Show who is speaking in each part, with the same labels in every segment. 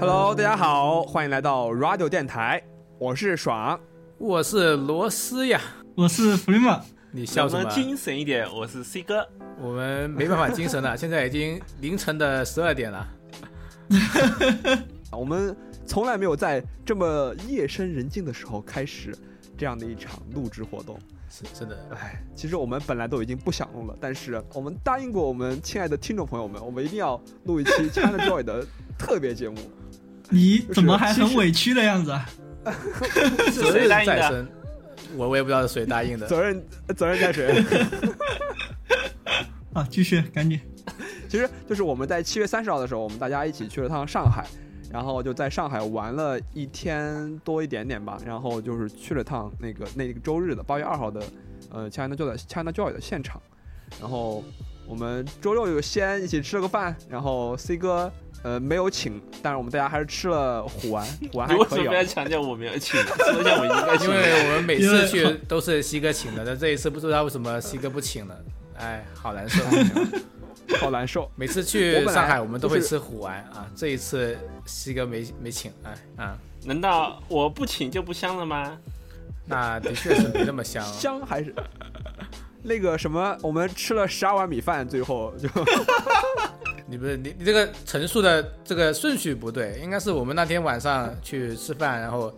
Speaker 1: Hello，大家好，欢迎来到 Radio 电台，我是爽。
Speaker 2: 我是罗斯呀，
Speaker 3: 我是弗里曼，
Speaker 2: 你笑什
Speaker 4: 能
Speaker 2: 么
Speaker 4: 不能？精神一点，我是 C 哥。
Speaker 2: 我们没办法精 神了，现在已经凌晨的十二点了。
Speaker 1: 我们从来没有在这么夜深人静的时候开始这样的一场录制活动。
Speaker 2: 是是的，
Speaker 1: 哎，其实我们本来都已经不想录了，但是我们答应过我们亲爱的听众朋友们，我们一定要录一期 ChinaJoy 的特别节目。
Speaker 3: 你怎么还很委屈的样子啊？
Speaker 2: 是
Speaker 4: 谁
Speaker 2: 谁
Speaker 4: 答应的
Speaker 2: 再生？我我也不知道是谁答应的。
Speaker 1: 责任责任在谁？
Speaker 3: 啊，继续，赶紧。
Speaker 1: 其实就是我们在七月三十号的时候，我们大家一起去了趟上海，然后就在上海玩了一天多一点点吧，然后就是去了趟那个那个周日的八月二号的，呃，China Joy 的 China Joy 的现场，然后我们周六有先一起吃了个饭，然后 C 哥呃没有请，但是我们大家还是吃了虎丸，虎丸
Speaker 4: 你
Speaker 1: 还
Speaker 4: 为
Speaker 1: 可
Speaker 4: 什
Speaker 1: 以、
Speaker 4: 么要
Speaker 1: 哦。
Speaker 4: 强调我没有请？说一下我应该
Speaker 2: 因
Speaker 4: 请。
Speaker 2: 为我们每次去都是西哥请的，但这一次不知道为什么西哥不请了，哎，好难 受。
Speaker 1: 好难受，
Speaker 2: 每次
Speaker 1: 我
Speaker 2: 去
Speaker 1: 本来
Speaker 2: 上海我们都会
Speaker 1: 就是
Speaker 2: 吃虎丸啊，这一次西哥没没请，哎啊，
Speaker 4: 难道我不请就不香 了吗？
Speaker 2: 那的确是没那么 香。
Speaker 1: 香还是那个什么，我们吃了十二碗米饭，最后就
Speaker 2: 你不是你你这个陈述的这个顺序不对，应该是我们那天晚上去吃饭，然后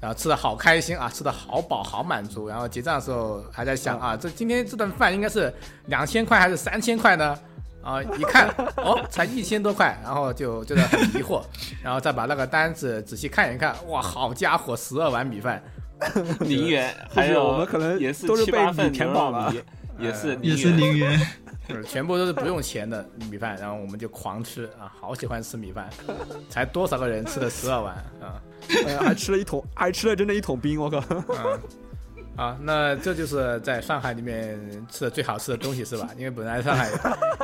Speaker 2: 然后吃的好开心啊，吃的好饱好满足，然后结账的时候还在想 啊，这今天这顿饭应该是两千块还是三千块呢？啊，一看哦，才一千多块，然后就觉得很疑惑，然后再把那个单子仔细看一看，哇，好家伙，十二碗米饭，
Speaker 4: 零元，还
Speaker 1: 就是
Speaker 4: 有
Speaker 1: 我们可能
Speaker 4: 也是
Speaker 1: 都是
Speaker 4: 七
Speaker 1: 被
Speaker 4: 八
Speaker 1: 你
Speaker 4: 份
Speaker 1: 填
Speaker 4: 牛
Speaker 1: 饱
Speaker 4: 肉
Speaker 1: 了哎
Speaker 4: 米，也是
Speaker 2: 啊
Speaker 3: 也是
Speaker 4: 元
Speaker 3: 零元，
Speaker 2: 就是嗯全部都是不用钱的米饭，然后我们就狂吃啊，好喜欢吃米饭，才多少个人吃的十二碗啊？
Speaker 1: 呃，还吃了一桶，还吃了真的一桶冰，我靠！
Speaker 2: 嗯，啊，那这就是在上海里面吃的最好吃的东西是吧？ 因为本来上海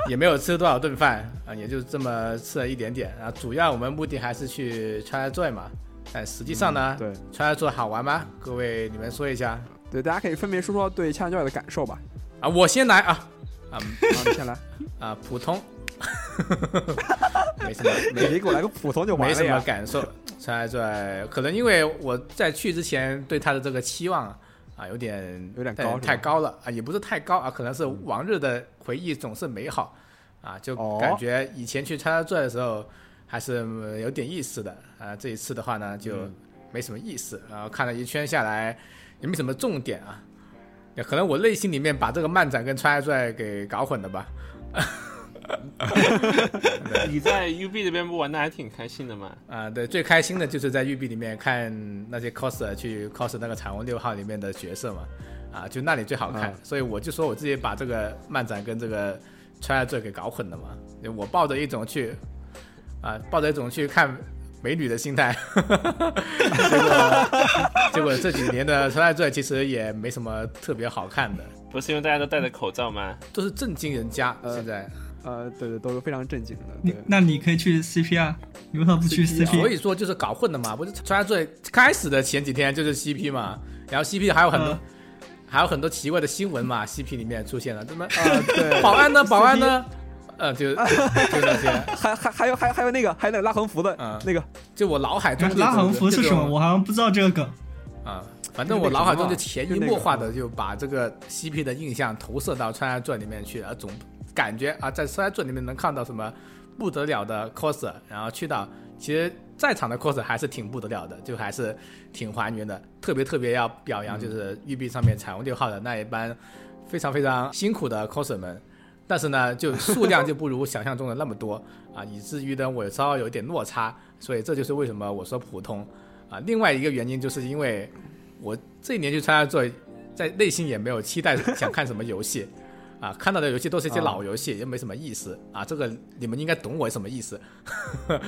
Speaker 2: 也没有吃多少顿饭啊，也就这么吃了一点点啊。主要我们目的还是去 China Joy 嘛，但实际上呢、
Speaker 1: 嗯对
Speaker 2: c h i n a Joy 好玩吗？各位你们说一下
Speaker 1: 对，大家可以分别说说对恰恰教的感受吧。
Speaker 2: 啊。我先来啊
Speaker 1: 啊，你 先来，
Speaker 2: 啊，普通， 没什么，
Speaker 1: 你你给我来个普通就完了
Speaker 2: 没什么
Speaker 1: 呀。
Speaker 2: 感受。China Joy 可能因为我在去之前对他的这个期望啊。啊，有点
Speaker 1: 有点高是吧
Speaker 2: 太高了啊，也不是太高啊，可能是往日的回忆总是美好，啊，就
Speaker 1: 哦
Speaker 2: 感觉以前去参加转的时候还是嗯有点意思的啊，这一次的话呢就没什么意思，然后看了一圈下来也没什么重点啊，也可能我内心里面把这个漫展跟穿拽给搞混了吧，
Speaker 4: 你在 UB 这边不玩的还挺开心的嘛？
Speaker 2: 啊，对，最开心的就是在育碧里面看那些 coser 去 cos 那个彩虹六号里面的角色嘛，啊，就那里最好看，
Speaker 1: 嗯
Speaker 2: 所以我就说我自己把这个漫展跟这个 t r i a 给搞混了嘛，我抱着一种去啊，抱着一种去看美女的心态，结果结果这几年的 t r i a 其实也没什么特别好看的，
Speaker 4: 不是因为大家都戴着口罩吗？
Speaker 2: 都是正经人家、现在，
Speaker 1: 呃，对对，都是非常正经的。
Speaker 3: 你
Speaker 1: 对，
Speaker 3: 那你可以去 CPR，你为啥不去
Speaker 1: CPR
Speaker 2: 所
Speaker 3: CP？
Speaker 2: 以说就是搞混的嘛，不是穿最开始的前几天就是 CP 嘛，然后 CP 还有很多、
Speaker 3: 嗯
Speaker 2: 还有很多奇怪的新闻嘛，CP 里面出现了，怎么、
Speaker 1: 啊、对，
Speaker 2: 保 安呢？保安呢？呃，就就那些，
Speaker 1: 还还还有还有还有那个还有那个拉横幅的、
Speaker 2: 嗯
Speaker 1: 那个，
Speaker 2: 就我脑海中 就
Speaker 3: 拉横幅
Speaker 2: 这
Speaker 3: 是
Speaker 2: 种
Speaker 3: 什么？我好像不知道这个梗。
Speaker 2: 啊、反正我脑海中就潜移默化
Speaker 1: 就
Speaker 2: 的就把这个 CP 的印象投射到《穿山传》里面去，啊，总感觉啊，在《穿山传》里面能看到什么不得了的 coser，然后去到其实在场的 coser 还是挺不得了的，就还是挺还原的，特别特别要表扬就是育碧上面彩虹六号的那一班非常非常辛苦的 coser 们。但是呢，就数量就不如想象中的那么多啊，以至于呢，我稍微有一点落差，所以这就是为什么我说普通啊。另外一个原因就是因为我这一年去参加做，在内心也没有期待想看什么游戏，啊，看到的游戏都是一些老游戏，也没什么意思啊。这个你们应该懂我什么意思。嗯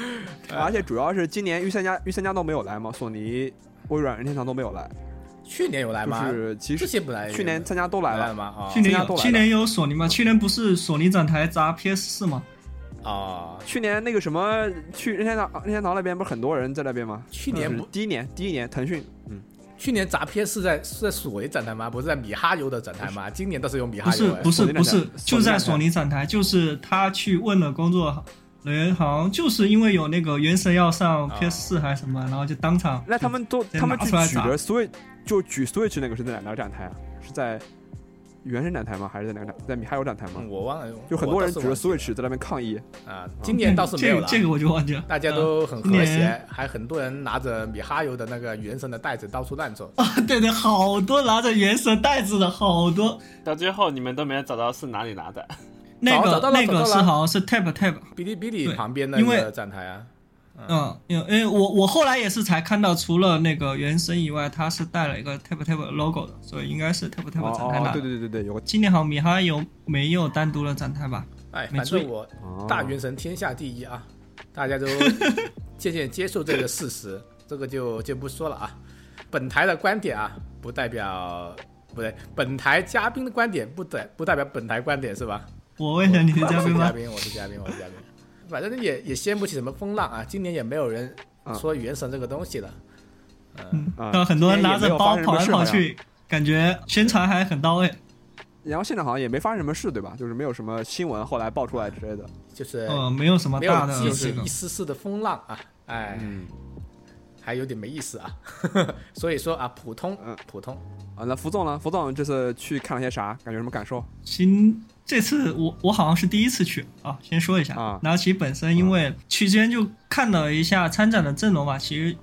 Speaker 1: 而且主要是今年御三家御三家都没有来嘛，索尼、微软、任天堂都没有来，
Speaker 2: 去年有来吗？
Speaker 1: 就是其
Speaker 2: 这
Speaker 1: 实
Speaker 2: 些本来也
Speaker 1: 去年三家都来
Speaker 2: 来
Speaker 1: 了。
Speaker 2: 吗？啊、
Speaker 3: 去年
Speaker 1: 参加都
Speaker 3: 有
Speaker 1: 来了
Speaker 3: 去年有索尼
Speaker 2: 哦
Speaker 3: 吗？去年不是索尼展台砸 PS 四吗？
Speaker 2: 啊，
Speaker 1: 去年那个什么，去任天堂任天堂那边不是很多人在那边吗？
Speaker 2: 去年
Speaker 1: 就是
Speaker 2: 不，
Speaker 1: 第一年第一年腾讯，嗯，
Speaker 2: 去年砸 PS 是在是在索尼展台吗？不是在米哈游的展台吗？今年倒是有米
Speaker 3: 不
Speaker 2: 哈
Speaker 3: 是
Speaker 2: 游、哎
Speaker 3: 不
Speaker 1: 索
Speaker 3: 是
Speaker 1: 尼展
Speaker 3: 不是
Speaker 1: 台，
Speaker 3: 就在
Speaker 1: 索
Speaker 3: 索
Speaker 1: 尼
Speaker 3: 尼展台，就是他去问了工作人好像就是因为有那个《原神》要上
Speaker 2: 哦
Speaker 3: PS 四还是什么，然后就当场
Speaker 1: 那他们都
Speaker 3: 先
Speaker 1: 他们
Speaker 3: 拿
Speaker 1: 去
Speaker 3: 出来
Speaker 1: 举
Speaker 3: 砸
Speaker 1: 着 Switch 就举 Switch 那个是在哪个展台啊？是在原神展台吗？还是在哪个展？在米哈游展台吗
Speaker 2: 嗯？我忘了，
Speaker 1: 就很多人举
Speaker 2: 我
Speaker 1: 着
Speaker 2: 倒是忘记
Speaker 1: Switch 在那边抗议，
Speaker 2: 了啊，今年倒是没有了，
Speaker 3: 嗯这个这个我就忘记了。
Speaker 2: 大家都很
Speaker 3: 今
Speaker 2: 和谐
Speaker 3: 年，
Speaker 2: 还很多人拿着米哈游的那个原神的袋子到处乱走。
Speaker 3: 啊，对对，好多拿着《原神》袋子的好多，
Speaker 4: 到最后你们都没有找到是哪里拿的，
Speaker 3: 那
Speaker 2: 找
Speaker 3: 个
Speaker 2: 到了
Speaker 3: 那
Speaker 2: 找
Speaker 3: 个
Speaker 2: 到
Speaker 3: 是
Speaker 2: 了
Speaker 3: 好像是 Tap Tap，
Speaker 2: 哔哩哔哩
Speaker 3: 对
Speaker 2: 旁边的一
Speaker 3: 因为
Speaker 2: 个站台啊，
Speaker 3: 嗯，因为因为我我后来也是才看到，除了那个原神以外，它是带了一个 Tap Tap logo 的，所以应该是 Tap
Speaker 1: 哦
Speaker 3: Tap 展台
Speaker 1: 哦，
Speaker 3: 拿
Speaker 1: 对
Speaker 3: 的。
Speaker 1: 对对对对，
Speaker 2: 嗯
Speaker 1: 有个
Speaker 3: 今年好像米哈游没有单独的展台吧？
Speaker 2: 哎，
Speaker 3: 没
Speaker 2: 反
Speaker 3: 注意
Speaker 2: 正我
Speaker 1: 哦
Speaker 2: 大原神天下第一啊，大 家都渐渐接受这个事实，这个就就不说了啊。本台的观点啊，不代表不对，本台嘉宾的观点不代不代表本台观点是吧？
Speaker 3: 我为了你的嘉宾
Speaker 2: 我是
Speaker 3: 吗
Speaker 2: 嘉？宾，我是嘉宾，我是嘉宾。反正也也掀不起什么风浪啊，今年也没有人
Speaker 3: 啊
Speaker 2: 说原神这个东西了。
Speaker 3: 嗯，
Speaker 1: 啊
Speaker 3: 但很多人
Speaker 1: 今年也
Speaker 3: 拿
Speaker 1: 没
Speaker 3: 着
Speaker 1: 有发
Speaker 3: 包
Speaker 1: 生什
Speaker 3: 跑
Speaker 1: 么
Speaker 3: 来
Speaker 1: 事好
Speaker 3: 跑
Speaker 1: 像
Speaker 3: 去，感觉宣传还很到位。
Speaker 1: 然后现场好像也没发生什么事，对吧？就是没有什么新闻后来爆出来之类的。
Speaker 2: 就是
Speaker 3: 呃，没有什么
Speaker 2: 没
Speaker 3: 大
Speaker 2: 有
Speaker 3: 的
Speaker 2: 激
Speaker 3: 这
Speaker 2: 起
Speaker 3: 个
Speaker 2: 一。丝丝的风浪啊，哎，
Speaker 1: 嗯，
Speaker 2: 还有点没意思啊。 所以说啊，普通
Speaker 1: 嗯，
Speaker 2: 普通，
Speaker 1: 啊，那福总呢？福总这次去看了些啥？感觉什么感受？
Speaker 3: 新这次我我好像是第一次去啊，先说一下
Speaker 1: 啊
Speaker 3: 然后其实本身因为去之前就看了一下参展的阵容吧，其实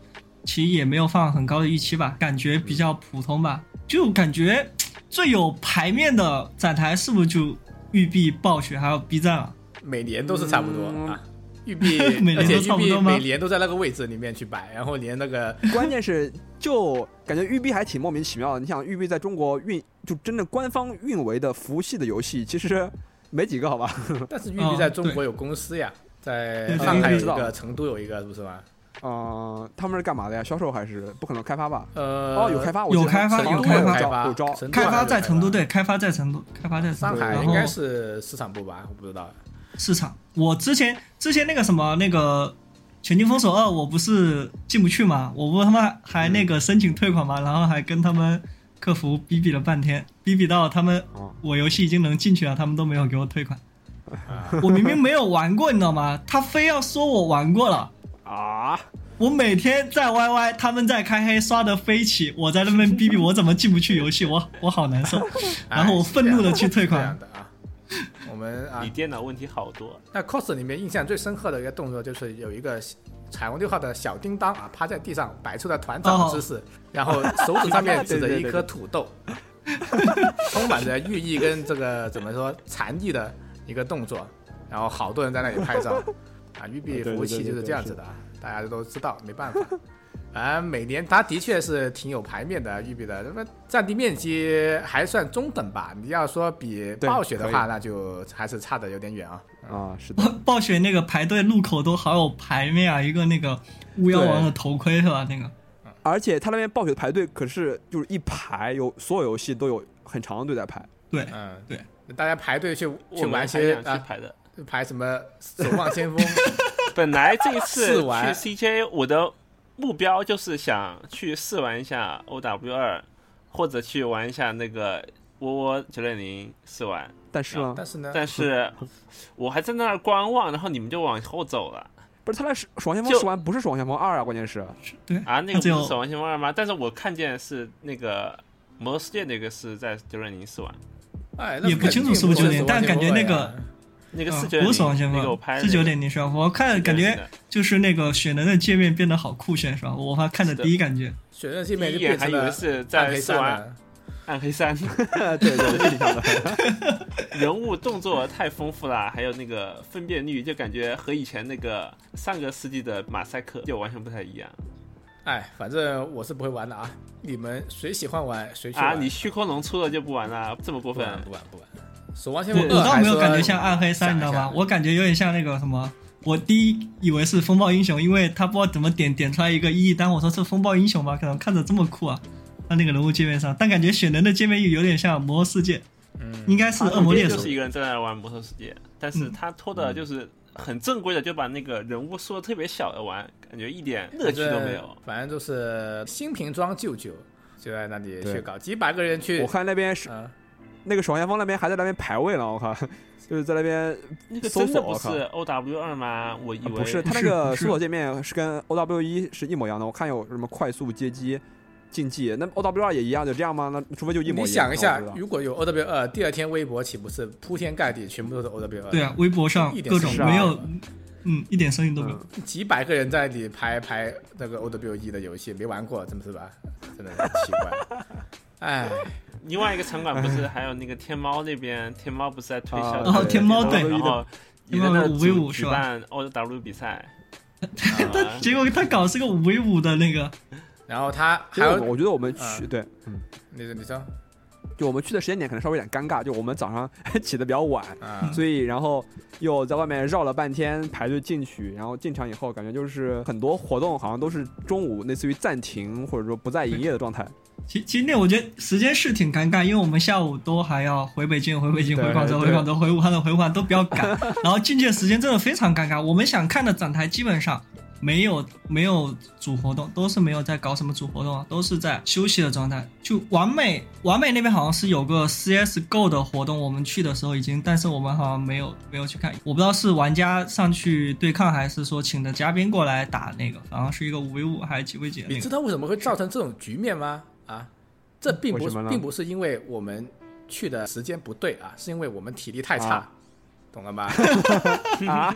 Speaker 3: 其实也没有放很高的预期吧，感觉比较普通吧，就感觉最有牌面的展台是不是就育碧、暴雪还有 B 站啊了？，
Speaker 2: 每年都是差不多
Speaker 1: 嗯
Speaker 2: 啊。玉碧
Speaker 3: 每
Speaker 2: 而
Speaker 3: 年
Speaker 2: 且
Speaker 3: 都
Speaker 2: 玉
Speaker 3: 差不
Speaker 2: 碧
Speaker 3: 多吗
Speaker 2: 每年都在那个位置里面去摆，然后连那个
Speaker 1: 关键是就感觉育碧还挺莫名其妙的。你想，育碧在中国运就真的官方运维的服务器的游戏，其实没几个，好吧？
Speaker 2: 但是玉碧
Speaker 3: 哦
Speaker 2: 在中
Speaker 3: 对
Speaker 2: 国有公司呀，在
Speaker 3: 对对
Speaker 2: 上海有一
Speaker 1: 对对对
Speaker 2: 个，成都有一个，不是吗？
Speaker 1: 嗯，他们是干嘛的呀？销售还是不可能开发吧？
Speaker 2: 呃，
Speaker 1: 哦，有开发，我
Speaker 3: 有
Speaker 1: 记得
Speaker 3: 开发
Speaker 1: 成都
Speaker 3: 有开发
Speaker 1: 招
Speaker 2: 开发
Speaker 1: 有招。
Speaker 2: 成
Speaker 3: 开发
Speaker 2: 上海
Speaker 3: 在
Speaker 2: 有
Speaker 3: 成
Speaker 2: 开
Speaker 3: 都，
Speaker 2: 发
Speaker 3: 对，开发在成都，开发在成
Speaker 2: 上
Speaker 3: 都，
Speaker 2: 海
Speaker 3: 然
Speaker 2: 应该
Speaker 3: 后
Speaker 2: 是市场部吧，我不知道。
Speaker 3: 市场。我之前之前那个什么那个《全境封锁二》，我不是进不去嘛，我不他妈还那个申请退款嘛，然后还跟他们客服逼逼了半天，逼逼到他们
Speaker 1: 哦
Speaker 3: 我游戏已经能进去了，他们都没有给我退款。
Speaker 2: 啊，
Speaker 3: 我明明没有玩过，你知道吗？他非要说我玩过了。
Speaker 1: 啊，
Speaker 3: 我每天在 YY，他们在开黑刷的飞起，我在那边逼逼，我怎么进不去游戏？我我好难 受。然后我愤怒的去退
Speaker 2: 哎是这样
Speaker 3: 款。
Speaker 2: 的啊。我们 啊
Speaker 4: 你，电脑问题好多，
Speaker 2: 那 cos 里面印象最深刻的一个动作就是有一个彩虹六号的小叮当啊，趴在地上摆出了团长的姿
Speaker 1: 哦
Speaker 2: 势，然后手指上面指着一颗土豆， 充满着寓意跟这个怎么说禅意的一个动作，然后好多人在那里拍 照啊，育碧服务器就是这样子的，啊，大家都知道，没办法。啊，每年它的确是挺有牌面的，育碧的，那么占地面积还算中等吧。你要说比
Speaker 1: 对
Speaker 2: 暴雪的
Speaker 1: 可以
Speaker 2: 话，那就还是差的有点远啊。
Speaker 1: 啊，是的
Speaker 3: 暴， 暴雪那个排队路口都好有排面啊，一个那个巫妖王的头盔是吧？那个
Speaker 1: 而且他那边暴雪排队可是就是一排有所有游戏都有很长的队在排。
Speaker 3: 对，
Speaker 2: 嗯，
Speaker 3: 对，
Speaker 2: 大家排队去去
Speaker 4: 我
Speaker 2: 玩
Speaker 4: 们
Speaker 2: 一
Speaker 4: 还
Speaker 2: 些
Speaker 4: 想去
Speaker 2: 啊，
Speaker 4: 排的。
Speaker 2: 排什么守望先锋
Speaker 4: 本来这一次
Speaker 2: 试玩
Speaker 4: 去 CJ，我的目标就是想去试玩一下 OW 二，或者去玩一下那个窝窝九六零试玩，
Speaker 1: 但是
Speaker 2: 啊
Speaker 1: 呢，
Speaker 2: 但是呢，
Speaker 4: 但是我还在那儿观望，然后你们就往后走了
Speaker 1: 不是他那是爽先锋
Speaker 4: 就
Speaker 1: 试玩不是爽先锋二啊，关键是
Speaker 3: 对
Speaker 4: 啊！
Speaker 3: 它
Speaker 4: 那个
Speaker 3: 只
Speaker 4: 不
Speaker 3: 有
Speaker 4: 是守望先锋二吗？但是我看见是那个。魔兽世界那个是在九六零试玩，
Speaker 2: 哎，那
Speaker 3: 也不清楚是不是九点但感觉那个
Speaker 4: 那个
Speaker 3: 啊
Speaker 4: 四九
Speaker 3: 不是守望先
Speaker 4: 那个我
Speaker 3: 锋
Speaker 4: 拍，的
Speaker 3: 是九点零是吧？我看感觉就是那个雪人的界面变得好酷炫是吧？我还看着
Speaker 4: 是的
Speaker 3: 第一感觉，
Speaker 2: 血刃
Speaker 4: 第
Speaker 2: 界面
Speaker 4: 一
Speaker 2: 就
Speaker 4: 眼
Speaker 2: 变
Speaker 4: 还
Speaker 2: 成
Speaker 4: 以为
Speaker 2: 了
Speaker 4: 是
Speaker 2: 暗
Speaker 4: 在
Speaker 2: 黑
Speaker 4: 试
Speaker 2: 三
Speaker 4: 玩
Speaker 2: 了。
Speaker 4: 暗黑三，
Speaker 1: 对对对，挺像的。
Speaker 4: 人物动作太丰富了，还有那个分辨率，就感觉和以前那个上个世纪的马赛克就完全不太一样
Speaker 2: 哎，反正我是不会玩的啊，你们谁喜欢玩谁去
Speaker 4: 啊！
Speaker 2: 玩。
Speaker 4: 你虚空龙出了就不玩了，这么过
Speaker 2: 不
Speaker 4: 分？
Speaker 2: 玩不玩不玩。守望先锋
Speaker 4: 对
Speaker 3: 我
Speaker 2: 二
Speaker 3: 倒
Speaker 2: 还
Speaker 3: 没有
Speaker 2: 说
Speaker 3: 感觉像暗黑三，你知道
Speaker 2: 想
Speaker 3: 吗？
Speaker 2: 一下
Speaker 3: 我感觉有点像那个什么。我第一以为是风暴英雄，因为他不知道怎么点点出来一个一单，我说是风暴英雄吧，可能看着这么酷啊，他那个人物界面上，但感觉雪人的界面又有点像魔兽世界，
Speaker 2: 嗯，
Speaker 3: 应该是恶魔猎
Speaker 4: 就
Speaker 3: 手
Speaker 4: 是一个人在那儿玩魔兽世界，但是他拖的就是很正规的，就把那个人物缩的特别小的玩，感觉一点乐趣都没有。
Speaker 2: 反正。反正就是新瓶装旧酒，就在那里去
Speaker 1: 对
Speaker 2: 搞几百个人去
Speaker 1: 我看那边是
Speaker 2: 啊，
Speaker 1: 那个守望先锋那边还在那边排位了，我靠， 就是在那边
Speaker 4: 那个
Speaker 1: 搜
Speaker 4: 真的
Speaker 1: 索
Speaker 4: 不
Speaker 1: 我
Speaker 4: 是
Speaker 1: 靠
Speaker 4: O W 二吗？我以为
Speaker 1: 不是，
Speaker 3: 不
Speaker 1: 它那
Speaker 3: 是
Speaker 1: 个
Speaker 3: 不
Speaker 1: 搜
Speaker 3: 是
Speaker 1: 索界面是跟 O W 一是一模一样的。我看有什么快速接机、竞技，那 O W 二也一样，就这样吗？那除非就一模
Speaker 2: 你
Speaker 1: 一样。
Speaker 2: 想
Speaker 1: 那我
Speaker 2: 一下
Speaker 1: 不知道，
Speaker 2: 如果有 O W 二，第二天微博岂不是铺天盖地全部都是 O W 二？
Speaker 3: 对啊，微博上
Speaker 2: 一点
Speaker 3: 各种
Speaker 1: 是啊
Speaker 3: 没有，嗯，一点声音都没有。
Speaker 1: 嗯
Speaker 2: 几百个人在里排排那个 O W E 的游戏，没玩过，真的是吧？真的很奇怪。哎，
Speaker 4: 另外一个场馆不是还有那个天猫那边，天猫不是在推销
Speaker 1: 啊
Speaker 4: 这个
Speaker 1: 哦
Speaker 3: 天猫对
Speaker 4: 然后也
Speaker 3: 天
Speaker 4: 在
Speaker 3: 猫
Speaker 4: 那
Speaker 3: 的5v5
Speaker 4: 组
Speaker 3: 是
Speaker 4: 举
Speaker 3: 吧
Speaker 4: 办 O W 比赛，
Speaker 3: 但结果他搞是个五 v 五的那个，
Speaker 2: 然后他
Speaker 1: 其
Speaker 2: 还
Speaker 1: 实我
Speaker 2: 有
Speaker 1: 们我觉得我们
Speaker 2: 啊
Speaker 1: 去对，嗯，
Speaker 2: 你说你说
Speaker 1: 就我们去的时间点可能稍微有点尴尬，就我们早上 起的比较晚，
Speaker 2: 啊，
Speaker 1: 所以然后又在外面绕了半天排队进去，然后进场以后感觉就是很多活动好像都是中午类似于暂停或者说不再营业的状态。
Speaker 3: 其其实那我觉得时间是挺尴尬，因为我们下午都还要回北京、回北京、
Speaker 1: 对
Speaker 3: 回广州、
Speaker 1: 对
Speaker 3: 回广州、回武汉的回武汉都比 较赶，然后进去的时间真的非常尴尬。我们想看的展台基本上没有没有主活动，都是没有在搞什么主活动啊，都是在休息的状态。就完美完美那边好像是有个 CSGO 的活动，我们去的时候已经，但是我们好像没有没有去看，我不知道是玩家上去对抗，还是说请的嘉宾过来打那个，好像是一个五 v 五还是几 v 几的那
Speaker 2: 你
Speaker 3: 个
Speaker 2: 知。道为什么会造成这种局面吗？啊，这并
Speaker 1: 嗯
Speaker 2: 不
Speaker 1: 为什么呢
Speaker 2: 并不是因为我们去的时间不对啊，是因为我们体力太差，
Speaker 1: 啊
Speaker 2: 懂了吗？
Speaker 1: 啊，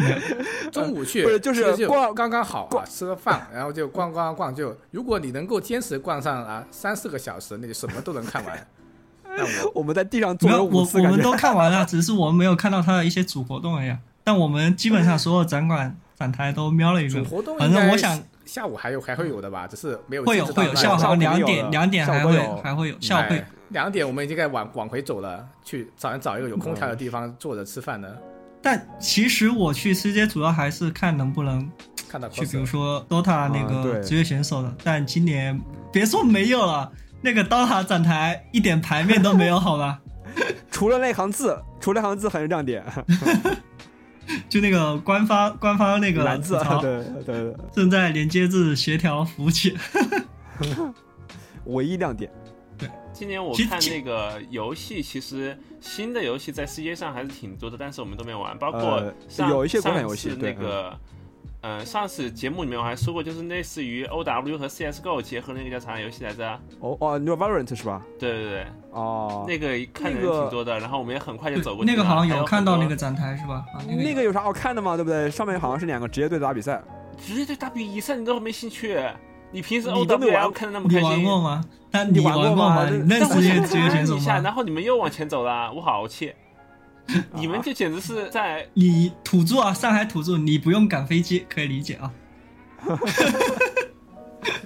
Speaker 2: 中午去
Speaker 1: 不是就是
Speaker 2: 其实
Speaker 1: 逛
Speaker 2: 刚刚好啊，
Speaker 1: 逛
Speaker 2: 吃个饭，然后就逛逛逛就。如果你能够坚持逛上啊三四个小时，那就什么都能看 完。那我
Speaker 1: 我们在地上坐
Speaker 3: 没
Speaker 1: 了
Speaker 3: 有，
Speaker 1: 五
Speaker 3: 我
Speaker 1: 次，
Speaker 3: 我
Speaker 1: 感
Speaker 3: 们
Speaker 1: 觉
Speaker 3: 都看完了，只是我们没有看到它的一些主活动而已啊。但我们基本上所有展馆展台都瞄了一
Speaker 2: 主
Speaker 3: 遍，
Speaker 2: 活动
Speaker 3: 反
Speaker 2: 应
Speaker 3: 正
Speaker 2: 该
Speaker 3: 我想
Speaker 2: 下午还有还会有的吧，只是没有
Speaker 3: 会有
Speaker 2: 机制到
Speaker 3: 会有，
Speaker 2: 那
Speaker 3: 下午
Speaker 1: 下午
Speaker 3: 好像两
Speaker 1: 肯定有
Speaker 3: 点
Speaker 1: 的
Speaker 3: 两点
Speaker 1: 下午
Speaker 3: 还
Speaker 1: 都
Speaker 3: 会
Speaker 1: 有
Speaker 3: 还会有下午会
Speaker 2: 哎两点，我们已经该往往回走了，去找找一个有空调的地
Speaker 3: 嗯
Speaker 2: 方坐着吃饭呢。
Speaker 3: 但其实我去世界主要还是看能不能
Speaker 2: 看到
Speaker 3: 去，
Speaker 2: cos
Speaker 3: 比如说 DOTA 那
Speaker 1: 啊
Speaker 3: 个
Speaker 1: 对
Speaker 3: 职业选手的，但今年别说没有了，那个 DOTA 展台一点牌面都没有，好吧？
Speaker 1: 除了那行字，除了那行字很是亮点，
Speaker 3: 就那个官方官方那个
Speaker 1: 蓝字
Speaker 3: 吐，槽
Speaker 1: 对对对，
Speaker 3: 正在连接至协调服务器，
Speaker 1: 唯一亮点。
Speaker 4: 今年我
Speaker 3: 其实
Speaker 4: 看
Speaker 3: 其
Speaker 4: 那个游戏，其实新的游戏在世界上还是挺多的，但是我们都没有玩，包括
Speaker 1: 呃
Speaker 4: 上、
Speaker 1: 有一些国产游戏
Speaker 4: 上次那
Speaker 1: 对
Speaker 4: 个。嗯，上次节目里面我还说过，就是类似于 O W 和 C S GO 结合那个叫啥游戏来着？
Speaker 1: 哦哦，你说 Valorant 是吧？
Speaker 4: 对对对，
Speaker 1: 哦，
Speaker 4: 那个看的人
Speaker 1: 那个
Speaker 4: 挺多的，然后我们也很快就走过去
Speaker 3: 那
Speaker 4: 了。
Speaker 3: 个好像
Speaker 4: 还有
Speaker 3: 有
Speaker 4: 很
Speaker 3: 看到
Speaker 4: 多
Speaker 3: 那个展台是吧？啊，那个
Speaker 1: 那个有啥好看的吗？对不对？上面好像是两个职业队打比赛，
Speaker 4: 直接对打比赛你都没兴趣，你平时 O
Speaker 1: 你都没
Speaker 4: W
Speaker 1: 玩
Speaker 4: L 看的那么
Speaker 3: 你
Speaker 4: 开
Speaker 3: 玩
Speaker 4: 心，
Speaker 3: 过吗？但
Speaker 1: 你玩
Speaker 3: 玩
Speaker 1: 过吗
Speaker 3: 吗？你认
Speaker 4: 但
Speaker 3: 识
Speaker 4: 我
Speaker 3: 这
Speaker 4: 想
Speaker 3: 些职业选
Speaker 4: 看
Speaker 3: 手
Speaker 4: 一下，
Speaker 3: 吗？
Speaker 4: 然后你们又往前走了，我 好气！你们就简直是在
Speaker 3: 你土著啊，上海土著，你不用赶飞机，可以理解啊。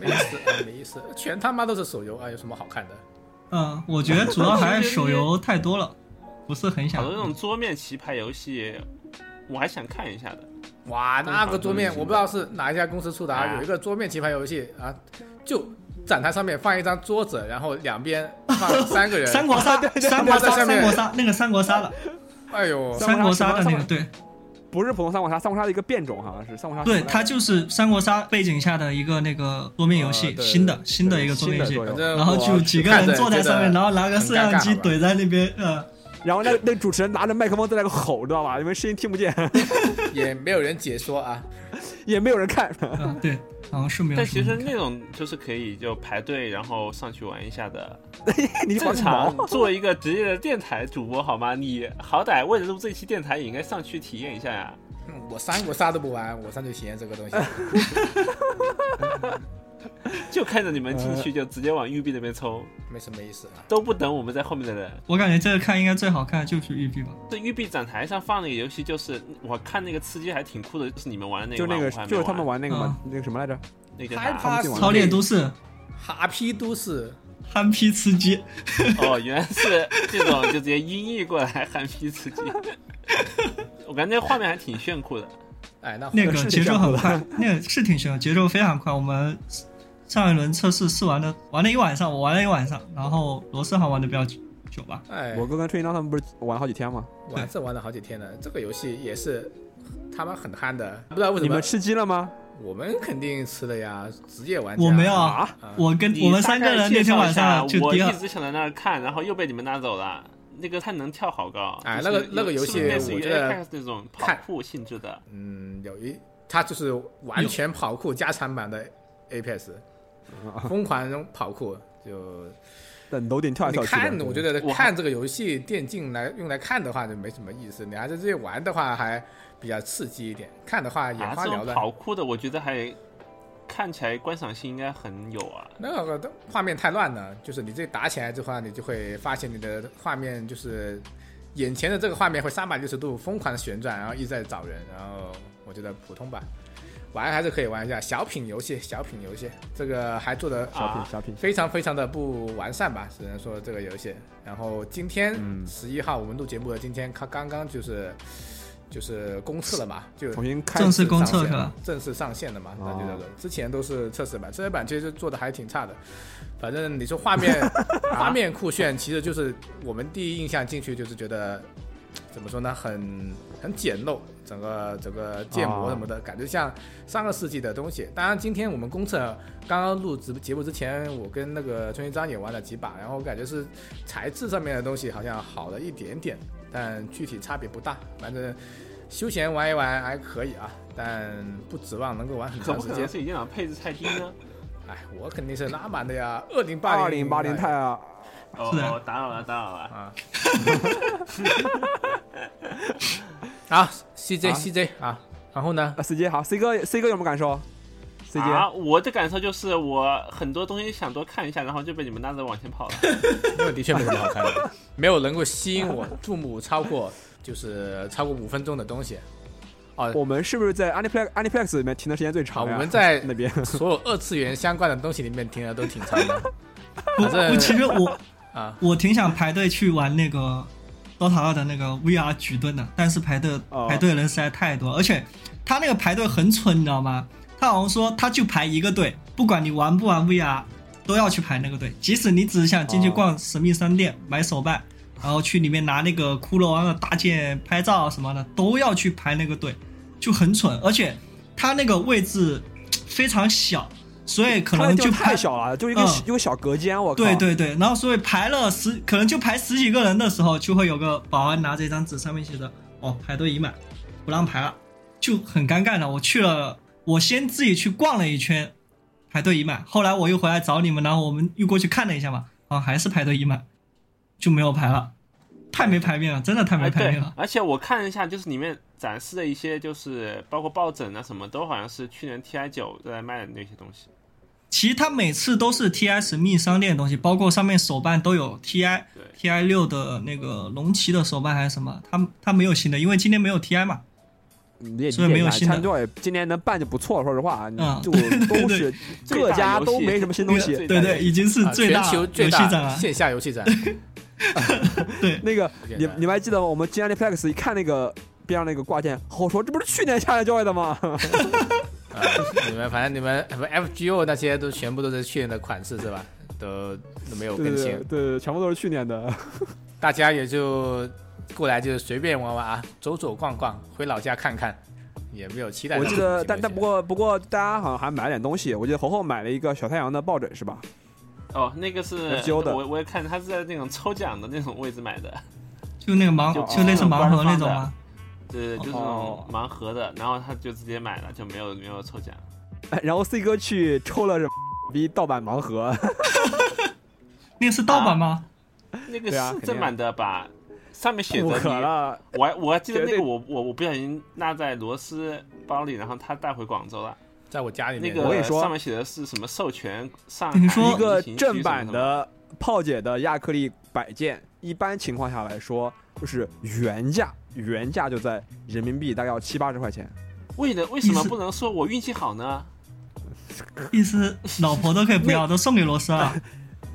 Speaker 2: 没意思，哎没意思，全他妈都是手游啊，有什么好看的？
Speaker 3: 嗯，我觉得主要还是手游太多了，不是很想
Speaker 4: 好多。那种桌面棋牌游戏，我还想看一下的。
Speaker 2: 哇，那个桌面
Speaker 4: 嗯
Speaker 2: 我不知道是哪一家公司出的
Speaker 3: 哎
Speaker 2: 啊，
Speaker 4: 啊
Speaker 2: 有一个桌面棋盘游戏啊，就展台上面放一张桌子，然后两边放三个人，
Speaker 3: 三国杀，三国
Speaker 2: 在
Speaker 3: 杀，
Speaker 2: 下面
Speaker 3: 三国杀，那个三国杀了，
Speaker 2: 哎呦，
Speaker 1: 三
Speaker 3: 三
Speaker 1: 国
Speaker 3: 国
Speaker 1: 杀
Speaker 3: 杀的那
Speaker 1: 三
Speaker 3: 个，
Speaker 1: 国
Speaker 3: 对
Speaker 1: 不是普通三国杀，三国杀的一个变种，好像是三国杀什么来
Speaker 3: 对，
Speaker 1: 着。
Speaker 3: 它就是三国杀背景下的一个那个桌面游
Speaker 1: 呃
Speaker 2: 啊
Speaker 3: 戏，
Speaker 1: 对
Speaker 3: 新的
Speaker 1: 对
Speaker 3: 新的一个桌面游
Speaker 1: 新的
Speaker 3: 戏，
Speaker 2: 反
Speaker 1: 桌游
Speaker 2: 正
Speaker 3: 然后
Speaker 2: 我
Speaker 3: 就几个
Speaker 2: 看着
Speaker 3: 人坐在
Speaker 2: 觉得
Speaker 3: 上面，然后拿个摄像机
Speaker 2: 很尴尬好吧
Speaker 3: 怼在那边， 呃，
Speaker 1: 然后那那主持人拿着麦克风在那个吼，知道吧？因为声音听不见，
Speaker 2: 也没有人解说啊，
Speaker 1: 也没有人 看。
Speaker 3: 嗯，对，好像是没有
Speaker 4: 但
Speaker 3: 什
Speaker 4: 其
Speaker 3: 么
Speaker 4: 实
Speaker 3: 人看。
Speaker 4: 那种就是可以就排队，然后上去玩一下的。
Speaker 1: 你
Speaker 4: 正
Speaker 1: 管个毛
Speaker 4: 常？做一个职业的电台主播好吗？你好歹为了录这期电台，也应该上去体验一下呀。
Speaker 2: 嗯我三国杀都不玩，我上去体验这个东西，
Speaker 4: 就看着你们进
Speaker 3: 呃
Speaker 4: 去就直接往玉璧那边冲，
Speaker 2: 没什么意思啊。
Speaker 4: 都不等我们在后面的人。
Speaker 3: 我感觉这个看应该最好看的就是育碧吧。
Speaker 4: 这玉璧展台上放那个游戏，就是我看那个吃鸡还挺酷的，就是你们玩的那个
Speaker 1: 就
Speaker 4: 吗，
Speaker 1: 那个
Speaker 4: 我还没
Speaker 1: 就是他们玩
Speaker 4: 玩
Speaker 1: 那个嘛，那个什么来着？
Speaker 4: 那个
Speaker 2: 害
Speaker 4: 啥
Speaker 2: 怕
Speaker 1: 他们进玩
Speaker 3: 操练都市，
Speaker 2: 哈皮都市，
Speaker 3: 憨批吃鸡，
Speaker 4: 哦，原来是这种，就直接音译过来憨批吃鸡。我感觉那个画面还挺炫酷的。
Speaker 2: 哎，那
Speaker 3: 那个
Speaker 1: 是
Speaker 3: 节
Speaker 1: 这
Speaker 3: 奏
Speaker 1: 样
Speaker 3: 很
Speaker 1: 的
Speaker 3: 快， 那个是挺凶的，节奏非常快。我们上一轮测试试玩的，玩了一晚上，我玩了一晚上，然后罗斯好像玩的比较久吧。
Speaker 2: 哎，
Speaker 1: 我哥跟春英章他们不是玩了好几天吗？
Speaker 2: 玩这玩了好几天了，这个游戏也是他妈很憨的，不知道为什
Speaker 1: 你
Speaker 2: 么
Speaker 1: 们吃鸡了吗？
Speaker 2: 我们肯定吃的呀，职业玩家。
Speaker 3: 我没有，
Speaker 1: 啊
Speaker 3: 我跟我们三个人那天晚上就
Speaker 4: 我
Speaker 3: 第
Speaker 4: 一
Speaker 3: 二，
Speaker 4: 直想在那儿看，然后又被你们拉走了。那个它能跳好高，
Speaker 2: 哎
Speaker 4: 就
Speaker 2: 那
Speaker 4: 是
Speaker 2: 个那个游戏
Speaker 4: 是不是类似于
Speaker 2: 我觉得
Speaker 4: Apex 那种跑
Speaker 2: 看
Speaker 4: 酷性质的，
Speaker 2: 嗯，有一，它就是完全跑酷加长版的 Apex，疯
Speaker 3: 啊
Speaker 2: 狂跑酷就
Speaker 1: 在楼顶跳来
Speaker 2: 你
Speaker 1: 跳去的。
Speaker 2: 看，我觉得
Speaker 4: 我
Speaker 2: 看这个游戏电竞来用来看的话就没什么意思，你还是这些玩的话还比较刺激一点，看的话眼
Speaker 4: 啊，
Speaker 2: 花
Speaker 4: 这
Speaker 2: 缭
Speaker 4: 种
Speaker 2: 乱。
Speaker 4: 跑酷的，我觉得还看起来观赏性应该很有啊。
Speaker 2: 那个的画面太乱了，就是你这打起来的话，你就会发现你的画面就是眼前的这个画面会三百六十度疯狂的旋转，然后一直在找人，然后我觉得普通吧，玩还是可以玩一下小品游戏，小品游戏这个还做的
Speaker 1: 小品
Speaker 4: 啊
Speaker 1: 小品，
Speaker 2: 非常非常的不完善吧，只能说这个游戏。然后今天十一号我们录节目的今天，它刚刚就是就是公测了嘛，就
Speaker 1: 重新开
Speaker 3: 正式
Speaker 1: 始
Speaker 3: 公测
Speaker 2: 上线
Speaker 3: 是吧？
Speaker 2: 正式上线了嘛？那
Speaker 1: 哦
Speaker 2: 就叫做之前都是测试版，测试版其实做的还挺差的。反正你说画面画面酷炫，其实就是我们第一印象进去就是觉得怎么说呢，很很简陋，整个整个建模什么的，感觉像上个世纪的东西。当然，今天我们公测刚刚录直节目之前，我跟那个春一章也玩了几把，然后我感觉是材质上面的东西好像好了一点点，但具体差别不大。反正休闲玩一玩还可以啊，但不指望能够玩很
Speaker 4: 可
Speaker 2: 长
Speaker 4: 不
Speaker 2: 时
Speaker 4: 可能
Speaker 2: 间
Speaker 4: 是。你电脑配置太低呢？
Speaker 2: 哎，我肯定是拉满的呀， 二零八零
Speaker 1: 二零八零太啊，
Speaker 4: 哦，
Speaker 3: 是啊
Speaker 4: 哦打扰了，打扰了。
Speaker 2: 啊。好，CJ
Speaker 1: 啊
Speaker 2: CJ 啊，然后 呢？
Speaker 1: 啊 C 姐好，C 哥 C 哥有什么感受？C 姐
Speaker 4: 啊，我的感受就是我很多东西想多看一下，然后就被你们拉着往 前跑了。
Speaker 2: 因为的确没什么好看的，没有能够吸引我注目超过就是超过五分钟的东西。
Speaker 1: 我们是不是在 Aniplex Aniplex 里面停的时间最长
Speaker 2: 好，我
Speaker 1: 呀？
Speaker 2: 们在
Speaker 1: 那边
Speaker 2: 所有二次元相关的东西里面停的都挺长的
Speaker 3: 我
Speaker 2: 反正
Speaker 3: 我其实我
Speaker 2: 啊。
Speaker 3: 我挺想排队去玩那个《DOTA 二》的那个 VR 举盾的，但是排队
Speaker 1: 哦
Speaker 3: 排队的人实在太多，而且他那个排队很蠢，你知道吗？他好像说他就排一个队，不管你玩不玩 VR，都要去排那个队，即使你只是想
Speaker 1: 哦
Speaker 3: 进去逛神秘商店、买手办，然后去里面拿那个骷髅王的大剑拍照什么的，都要去排那个队，就很蠢，而且他那个位置非常小，所以可
Speaker 1: 他那
Speaker 3: 能
Speaker 1: 地
Speaker 3: 就
Speaker 1: 方太
Speaker 3: 排
Speaker 1: 小了，就一个
Speaker 3: 嗯
Speaker 1: 一个小隔间，我靠。
Speaker 3: 对对对，然后所以排了十，可能就排十几个人的时候，就会有个保安拿着一张纸，上面写着“哦，排队已满，不让排了”，就很尴尬的。我去了，我先自己去逛了一圈，排队已满。后来我又回来找你们，然后我们又过去看了一下嘛，啊，还是排队已满，就没有排了，太没排面了，真的太没
Speaker 4: 哎，
Speaker 3: 排
Speaker 4: 对
Speaker 3: 面了，。
Speaker 4: 而且我看了一下，就是里面展示的一些，就是包括抱枕啊什么，都好像是去年 TI 九在卖的那些东西。
Speaker 3: 其实它每次都是 TI 神秘商店的东西，包括上面手办都有 TI
Speaker 4: 对
Speaker 3: TI 六的那个龙骑的手办还是什么，它它没有新的，因为今天没有 TI 嘛。
Speaker 1: 你也
Speaker 3: 所以没有
Speaker 1: 理解一
Speaker 3: 新
Speaker 1: 下
Speaker 3: 的
Speaker 1: 餐桌也今年能办就不错，说实话，你
Speaker 3: 嗯
Speaker 1: 就
Speaker 3: 对对
Speaker 1: 都
Speaker 3: 对
Speaker 1: 是各家都没什么新东
Speaker 4: 最
Speaker 1: 西。
Speaker 3: 对对，已经是
Speaker 2: 啊
Speaker 3: 最
Speaker 2: 全
Speaker 3: 大
Speaker 2: 球最
Speaker 3: 游戏
Speaker 2: 大
Speaker 3: 展了。
Speaker 2: 线下游戏展，啊
Speaker 3: 对，
Speaker 1: 那个
Speaker 2: 不简
Speaker 1: 你
Speaker 2: 单
Speaker 1: 你们还记得吗？我们 g n Plex 一看那个边上那个挂件，我说这不是去年下来教的吗？
Speaker 2: 啊，你们反正你们什么 FGO 那些都全部都是去年的款式是吧？都都没有
Speaker 1: 对
Speaker 2: 更
Speaker 1: 对
Speaker 2: 新
Speaker 1: 对，对，全部都是去年的。
Speaker 2: 大家也就过来就随便玩玩啊，走走逛逛，回老家看看，也没有期待。
Speaker 1: 我记 得，但但不
Speaker 2: 过
Speaker 1: 过不过大家好像还买了点东西。我记得猴猴买了一个小太阳的抱枕是吧？
Speaker 4: 哦，那个是
Speaker 1: FGO 的
Speaker 4: 我我也看，它是在那种抽奖的那种位置买的，
Speaker 3: 就那个盲
Speaker 2: 哦
Speaker 4: 就
Speaker 3: 就类似盲盒那种
Speaker 4: 官
Speaker 3: 吗
Speaker 4: 方？对，就是那
Speaker 1: 哦
Speaker 4: 种盲盒的，然后他就直接买了，就没有没有抽奖。
Speaker 1: 哎然后 C 哥去抽了什么 逼盗版盲盒，
Speaker 3: 那个是盗版
Speaker 2: 啊
Speaker 3: 吗？
Speaker 4: 那个
Speaker 1: 对啊
Speaker 4: 是正版的吧？上面写着
Speaker 1: 不可
Speaker 4: 你，
Speaker 1: 了。
Speaker 4: 我还我还记得那
Speaker 1: 绝
Speaker 4: 个
Speaker 1: 对
Speaker 4: 我我我不小心落在螺丝包里，然后他带回广州了。
Speaker 2: 在我家里
Speaker 4: 那
Speaker 2: 面，
Speaker 4: 个
Speaker 1: 我跟你说
Speaker 4: 上面写的是什么授权上
Speaker 3: 你说
Speaker 4: 海
Speaker 1: 一个
Speaker 4: 疫情区
Speaker 1: 正版
Speaker 4: 什么什么，
Speaker 1: 的炮姐的亚克力摆件，一般情况下来说，就是原价，原价就在人民币大概要七八十块钱。
Speaker 4: 为了为什么
Speaker 3: 意思
Speaker 4: 不能说我运气好呢？
Speaker 3: 意思老婆都可以不要，都送给啊罗斯了。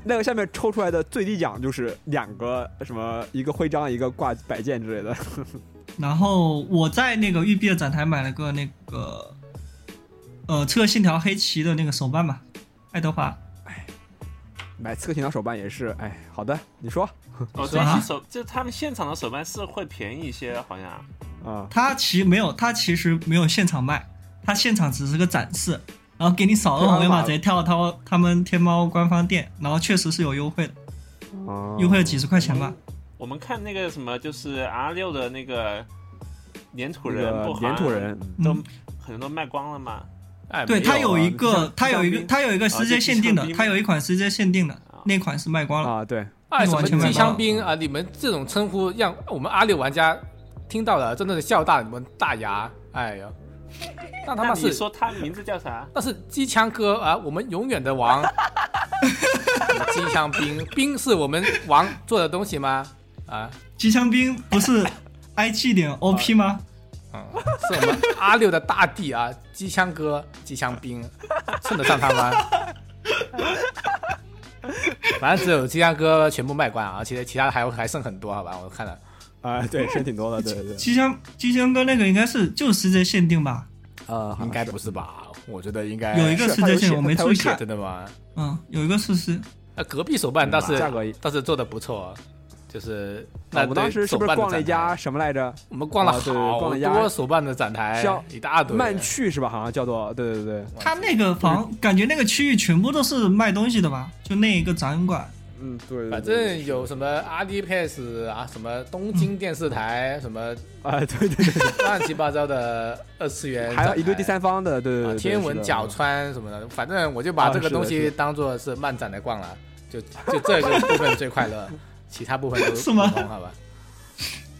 Speaker 1: 那个下面抽出来的最低奖就是两个什么，一个徽章，一个挂摆件之类的。
Speaker 3: 然后我在那个育碧的展台买了个那个，呃，刺客信条黑旗的那个手办吧，爱德华。
Speaker 1: 买刺客信条手办也是，哎，好的，你说啊
Speaker 4: 哦，
Speaker 3: 是
Speaker 4: 对，
Speaker 3: 吧
Speaker 4: 是手就是他们现场的手办是会便宜一些，好像
Speaker 1: 啊、
Speaker 3: 它其实没有，它其实没有现场卖，它现场只是个展示，然后给你扫二
Speaker 1: 对
Speaker 3: 维
Speaker 1: 二维
Speaker 3: 码
Speaker 1: 码
Speaker 3: 直接跳到他们天猫官方店，然后确实是有优惠的，
Speaker 1: 啊
Speaker 3: 优惠了几十块钱吧。
Speaker 4: 我们看那个什么，就是 R 六的那个粘土
Speaker 1: 那
Speaker 4: 人，
Speaker 1: 个
Speaker 4: 不好
Speaker 1: 粘
Speaker 4: 像
Speaker 1: 土人，
Speaker 4: 都
Speaker 3: 嗯
Speaker 4: 很多都卖光了嘛。
Speaker 2: 哎，
Speaker 3: 对，
Speaker 2: 没
Speaker 3: 它
Speaker 1: 有啊
Speaker 3: 一
Speaker 1: 你
Speaker 3: 个
Speaker 1: 像，
Speaker 3: 它有
Speaker 1: 像
Speaker 3: 一个，
Speaker 1: 冰
Speaker 3: 它有一个时间限定的
Speaker 4: 啊就，像
Speaker 3: 它有一款时间限定的
Speaker 4: 啊，
Speaker 3: 那款是卖光了。
Speaker 1: 啊，对，
Speaker 2: 哎，什么
Speaker 3: 完全没
Speaker 2: 机枪
Speaker 1: 办
Speaker 2: 兵
Speaker 1: 法
Speaker 2: 啊？你们这种称呼让我们阿六玩家听到了，真的是笑大你们大牙！哎呦，那他
Speaker 4: 那
Speaker 2: 妈
Speaker 4: 你
Speaker 2: 是，
Speaker 4: 说他名字叫啥？
Speaker 2: 那是机枪哥啊，我们永远的王。 什么机枪兵， 兵是我们王做的东西吗？啊，
Speaker 3: 机枪兵 不是 IG
Speaker 1: 啊
Speaker 3: 点 OP 吗？
Speaker 2: 嗯，是我们阿六的大弟啊，机枪哥、机枪兵，称得上他吗？ 反正只有机枪哥全部卖光啊，其实其他的还有还剩很多，好吧？我看了，
Speaker 1: 啊，对，是挺多的，对 对对，
Speaker 3: 机枪机枪哥那个应该是就是时间限定吧？
Speaker 1: 呃，
Speaker 2: 应该不是吧？我觉得应该
Speaker 3: 有一个
Speaker 1: 哎是
Speaker 3: 时
Speaker 1: 它有
Speaker 3: 间限
Speaker 1: 写
Speaker 3: 定，我没
Speaker 1: 它
Speaker 3: 注
Speaker 1: 有
Speaker 3: 意
Speaker 1: 写
Speaker 3: 看。
Speaker 2: 真的吗？
Speaker 3: 嗯，有一个是是
Speaker 2: 啊，隔壁手办倒
Speaker 3: 嗯
Speaker 2: 是
Speaker 1: 价格一
Speaker 2: 倒是做的不错，就是那
Speaker 1: 啊我们当时是不是逛了一
Speaker 2: 啊
Speaker 1: 家，什么来着？
Speaker 2: 我们逛了
Speaker 1: 啊对逛
Speaker 2: 好
Speaker 1: 了一家
Speaker 2: 多手办的展台
Speaker 1: 像，
Speaker 2: 一大堆。
Speaker 1: 漫趣是吧？好像叫做，对对对，
Speaker 3: 他那个房，感觉那个区域全部都是卖东西的吧？就那一个展馆，
Speaker 1: 嗯，对，对对
Speaker 2: 反正有什么 RDPS 啊，什么东京电 视台，什么
Speaker 1: 啊，对对对，
Speaker 2: 乱七八糟的二次元，
Speaker 1: 还有一堆第。三方的，对对
Speaker 2: 啊
Speaker 1: 对，，
Speaker 2: 天文角
Speaker 1: 角
Speaker 2: 川什么的，反正我就把
Speaker 1: 啊
Speaker 2: 这个
Speaker 1: 是的
Speaker 2: 东
Speaker 1: 是
Speaker 2: 西
Speaker 1: 的
Speaker 2: 当做是漫展来逛了，就就这个部分最快 乐，其他部分都
Speaker 3: 是吗
Speaker 2: 普通好吧？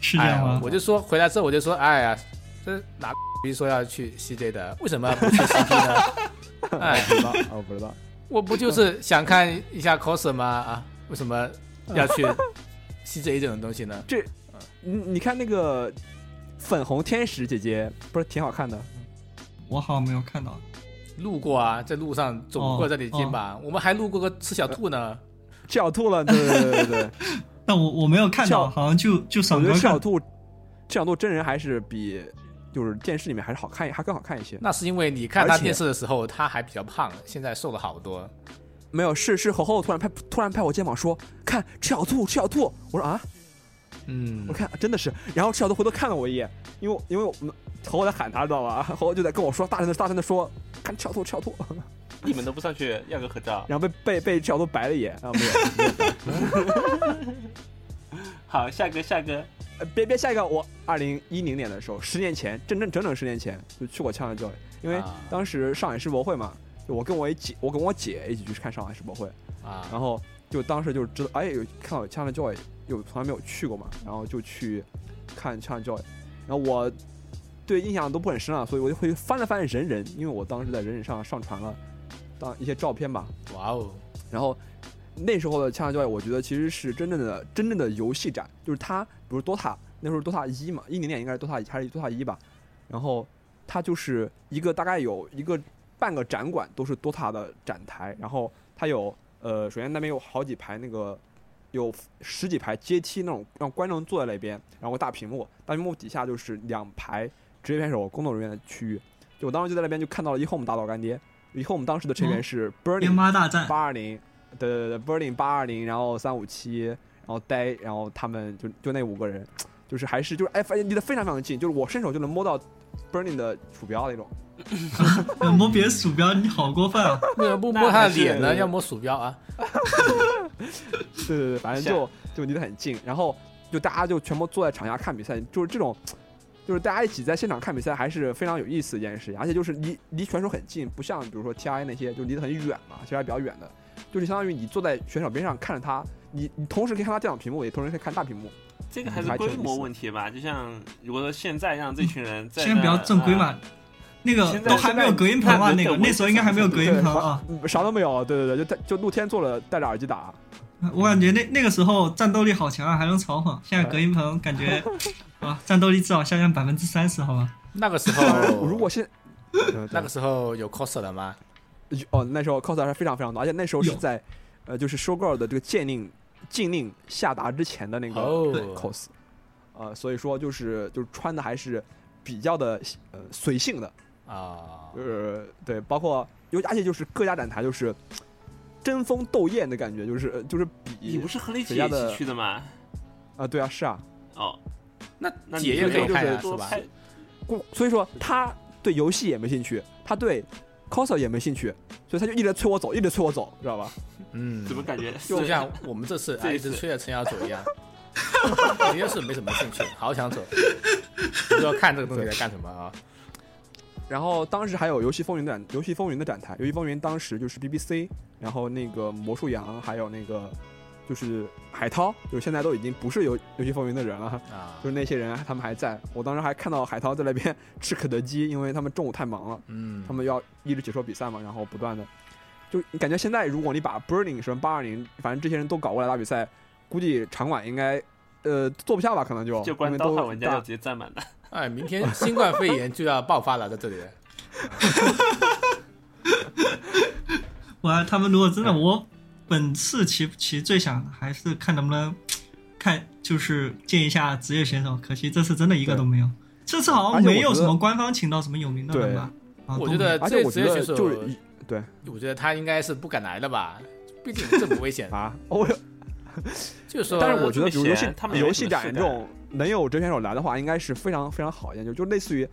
Speaker 3: 是这样
Speaker 2: 哎呀
Speaker 3: 吗？
Speaker 2: 我就说回来之后我就说，哎呀，这 哪个逼说要去 CJ 的，为什么不去 CJ 呢？哎，
Speaker 1: 不知道， 啊我不知道，
Speaker 2: 我不就是想看一下 cos 吗？啊，为什么要 去 CJ 这种东西呢？
Speaker 1: 你你看那个粉红天使姐姐，不是挺好看的？
Speaker 3: 我好像没有看到。
Speaker 2: 路过啊，在路上走过这里近
Speaker 1: 哦
Speaker 2: 吧，我们还路过个吃小兔呢。
Speaker 1: 吃小兔了，对对对对 对，
Speaker 3: 但我我没有看
Speaker 1: 笑
Speaker 3: 到，好像就就
Speaker 1: 我
Speaker 3: 少
Speaker 1: 觉得
Speaker 3: 哥
Speaker 1: 吃
Speaker 3: 看
Speaker 1: 小兔，吃小兔真人还是比就是电视里面还是好看，还更好看一些。
Speaker 2: 那是因为你看他
Speaker 1: 而且
Speaker 2: 电视的时候，他还比较胖，现在瘦了好多。
Speaker 1: 没有，是是猴猴突然拍突然拍我肩膀说：“看吃小兔，吃小兔。”我说啊，
Speaker 2: 嗯
Speaker 1: 我，看真的是。然后吃小兔回头看了我一眼，因为我因为我们猴猴在喊他，知道吧？ 猴猴就在跟我说，大声的大声的说：“看吃小兔，吃小兔。
Speaker 4: 你们都不上去要个合照”。
Speaker 1: 然后被被被吃小兔白了一眼啊，没有。
Speaker 4: 好，下个下个，
Speaker 1: 呃别别，下一个我二零一零年的时候，十年前，整整整整十年前就去过呛呛 joy，因为
Speaker 2: 啊
Speaker 1: 当时上海世博会嘛，就我跟我一姐，我跟我姐一起去看上海世博会，
Speaker 2: 啊，
Speaker 1: 然后就当时就知道，哎，有看到呛呛 joy，有从来没有去过嘛，然后就去看呛呛 joy，然后我对印象都不很深啊，所以我就会翻了翻人人，因为我当时在人人上上传了当一些照片吧，
Speaker 2: 哇哦，
Speaker 1: 然后那时候的枪战教育，我觉得其实是真正的真正的游戏展，就是它，比如 DOTA 那时候 DOTA 一嘛，一零年应该是 DOTA 还是 DOTA 一吧，然后它就是一个大概有一个半个展馆都是 DOTA 的展台，然后它有呃，首先那边有好几排那个。有十几排阶梯那种，让观众坐在那边，然后个大屏幕，大屏幕底下就是两排职业选手工作人员的区域。就我当时就在那边就看到了 eHome 打倒干爹，eHome 当时的成员是 Burning
Speaker 3: 烟花大 战，
Speaker 1: 八二零，对对对，Berlin 八二零，然后三五七，然后呆，然后他们就就那五个人，就是还是就是哎，发现离得非常非常近，就是我伸手就能摸到 Berlin 的鼠标那种。
Speaker 3: 摸别的鼠标，你好过分啊！
Speaker 2: 为什么不摸他的脸
Speaker 1: 那还
Speaker 2: 呢？
Speaker 1: 是
Speaker 2: 要摸鼠标啊？
Speaker 1: 对对对，反正就就离得很近，然后就大家就全部坐在场下看比赛，就是这种，就是大家一起在现场看比赛还是非常有意思的一件事情，而且就是离离选手很近，不像比如说 T I 那些就离得很远嘛，其实还比较远的，就是相当于你坐在选手边上看着他，你你同时可以看他电脑屏幕，也同时可以看大屏幕。
Speaker 4: 这个还是
Speaker 1: 嗯还挺有
Speaker 4: 规
Speaker 1: 意思
Speaker 4: 模
Speaker 1: 的
Speaker 4: 问题吧？就像如果说现在让这群人在
Speaker 3: 现在比较
Speaker 4: 那
Speaker 3: 正规
Speaker 4: 啊
Speaker 3: 嘛，那个
Speaker 4: 现在
Speaker 3: 都还没有隔音棚啊，
Speaker 4: 现
Speaker 3: 那
Speaker 4: 在
Speaker 3: 个
Speaker 4: 那个
Speaker 3: 那时候应该还没有隔音
Speaker 1: 对
Speaker 3: 棚啊。
Speaker 1: 嗯啥都没有，对对对，就戴就露天坐了，戴着耳机打。
Speaker 3: 我感觉那那个时候战斗力好强啊，还能嘲讽。现在隔音棚感觉啊，战斗力至少下降百分之三十，好吧？
Speaker 2: 那个时
Speaker 1: 呃
Speaker 2: 候，
Speaker 1: 如果现
Speaker 2: 那个时候有 cos 的吗？
Speaker 1: 哦，那时候 cos 还是非常非常多，而且那时候是
Speaker 3: 有
Speaker 1: 在呃，就是 showgirl 的这个禁令禁令下达之前的那个
Speaker 2: 哦，
Speaker 1: cos，呃，所以说就是就是穿的还是比较的呃随性的，
Speaker 2: 啊，
Speaker 1: 就是对，包括尤而且就是各家展台就是争锋斗艳的感觉，就是呃就是
Speaker 4: 你
Speaker 1: 比
Speaker 4: 不是和雷姐
Speaker 1: 谁家
Speaker 4: 一
Speaker 1: 的
Speaker 4: 起去的吗？
Speaker 1: 啊对啊是啊，
Speaker 4: 哦，
Speaker 2: 那
Speaker 4: 那
Speaker 2: 姐也
Speaker 1: 可以看
Speaker 2: 呀
Speaker 4: 多
Speaker 2: 是吧
Speaker 4: 拍
Speaker 1: 故所以说他对游戏也没兴趣，他对 coser 也没兴趣，所以他就一直催我走，一直催我走，知道吧？
Speaker 2: 嗯，
Speaker 4: 怎么感觉
Speaker 2: 就是 像我们这次啊
Speaker 4: 这一
Speaker 2: 一
Speaker 4: 次
Speaker 2: 直催着陈瑶走一样， 你就是没什么兴趣，好想走，不知道看这个东西在干什么啊？
Speaker 1: 然后当时还有游戏风云的展，游戏风云的展台，游戏风云当时就是 BBC，然后那个魔术羊，还有那个就是海涛，就是现在都已经不是游游戏风云的人了，
Speaker 2: 啊
Speaker 1: 就，是那些人他们还在。我当时还看到海涛在那边 吃肯德基，因为他们中午太忙了，
Speaker 2: 嗯，
Speaker 1: 他们要一直解说比赛嘛，然后不断的，就你感觉现在如果你把 Burning 什么八二零，反正这些人都搞过来打比赛，估计场馆应该呃坐不下吧，可能就
Speaker 4: 就
Speaker 1: 因
Speaker 4: 关
Speaker 1: 为
Speaker 4: 刀
Speaker 1: 都
Speaker 4: 汉玩家
Speaker 1: 大
Speaker 4: 就直接占满了，
Speaker 2: 哎，明天新冠肺炎就要爆发了，在这里。
Speaker 1: 啊
Speaker 3: 哇，他们如果真的，我本次其其实最想还是看能不能看，就是见一下职业选手。可惜这次真的一个都没有，这次好像没有什么官方请到什么有名的人吧？啊
Speaker 2: 我
Speaker 3: 都
Speaker 2: 觉得
Speaker 1: 而且
Speaker 2: 这些
Speaker 1: 我
Speaker 2: 职
Speaker 1: 觉
Speaker 2: 业选
Speaker 1: 得
Speaker 2: 手，
Speaker 1: 就是对
Speaker 2: 我觉得他应该是不敢来的吧，毕竟这么危险。
Speaker 1: 啊，我有
Speaker 2: 就是说，
Speaker 1: 但是我觉得，
Speaker 4: 那
Speaker 1: 比如游戏
Speaker 4: 些他们也没
Speaker 1: 游
Speaker 4: 什
Speaker 1: 戏
Speaker 4: 么
Speaker 1: 展
Speaker 4: 事
Speaker 1: 这
Speaker 4: 干
Speaker 1: 种能有真选手来的话，应该是非常非常好一点，就就类似于，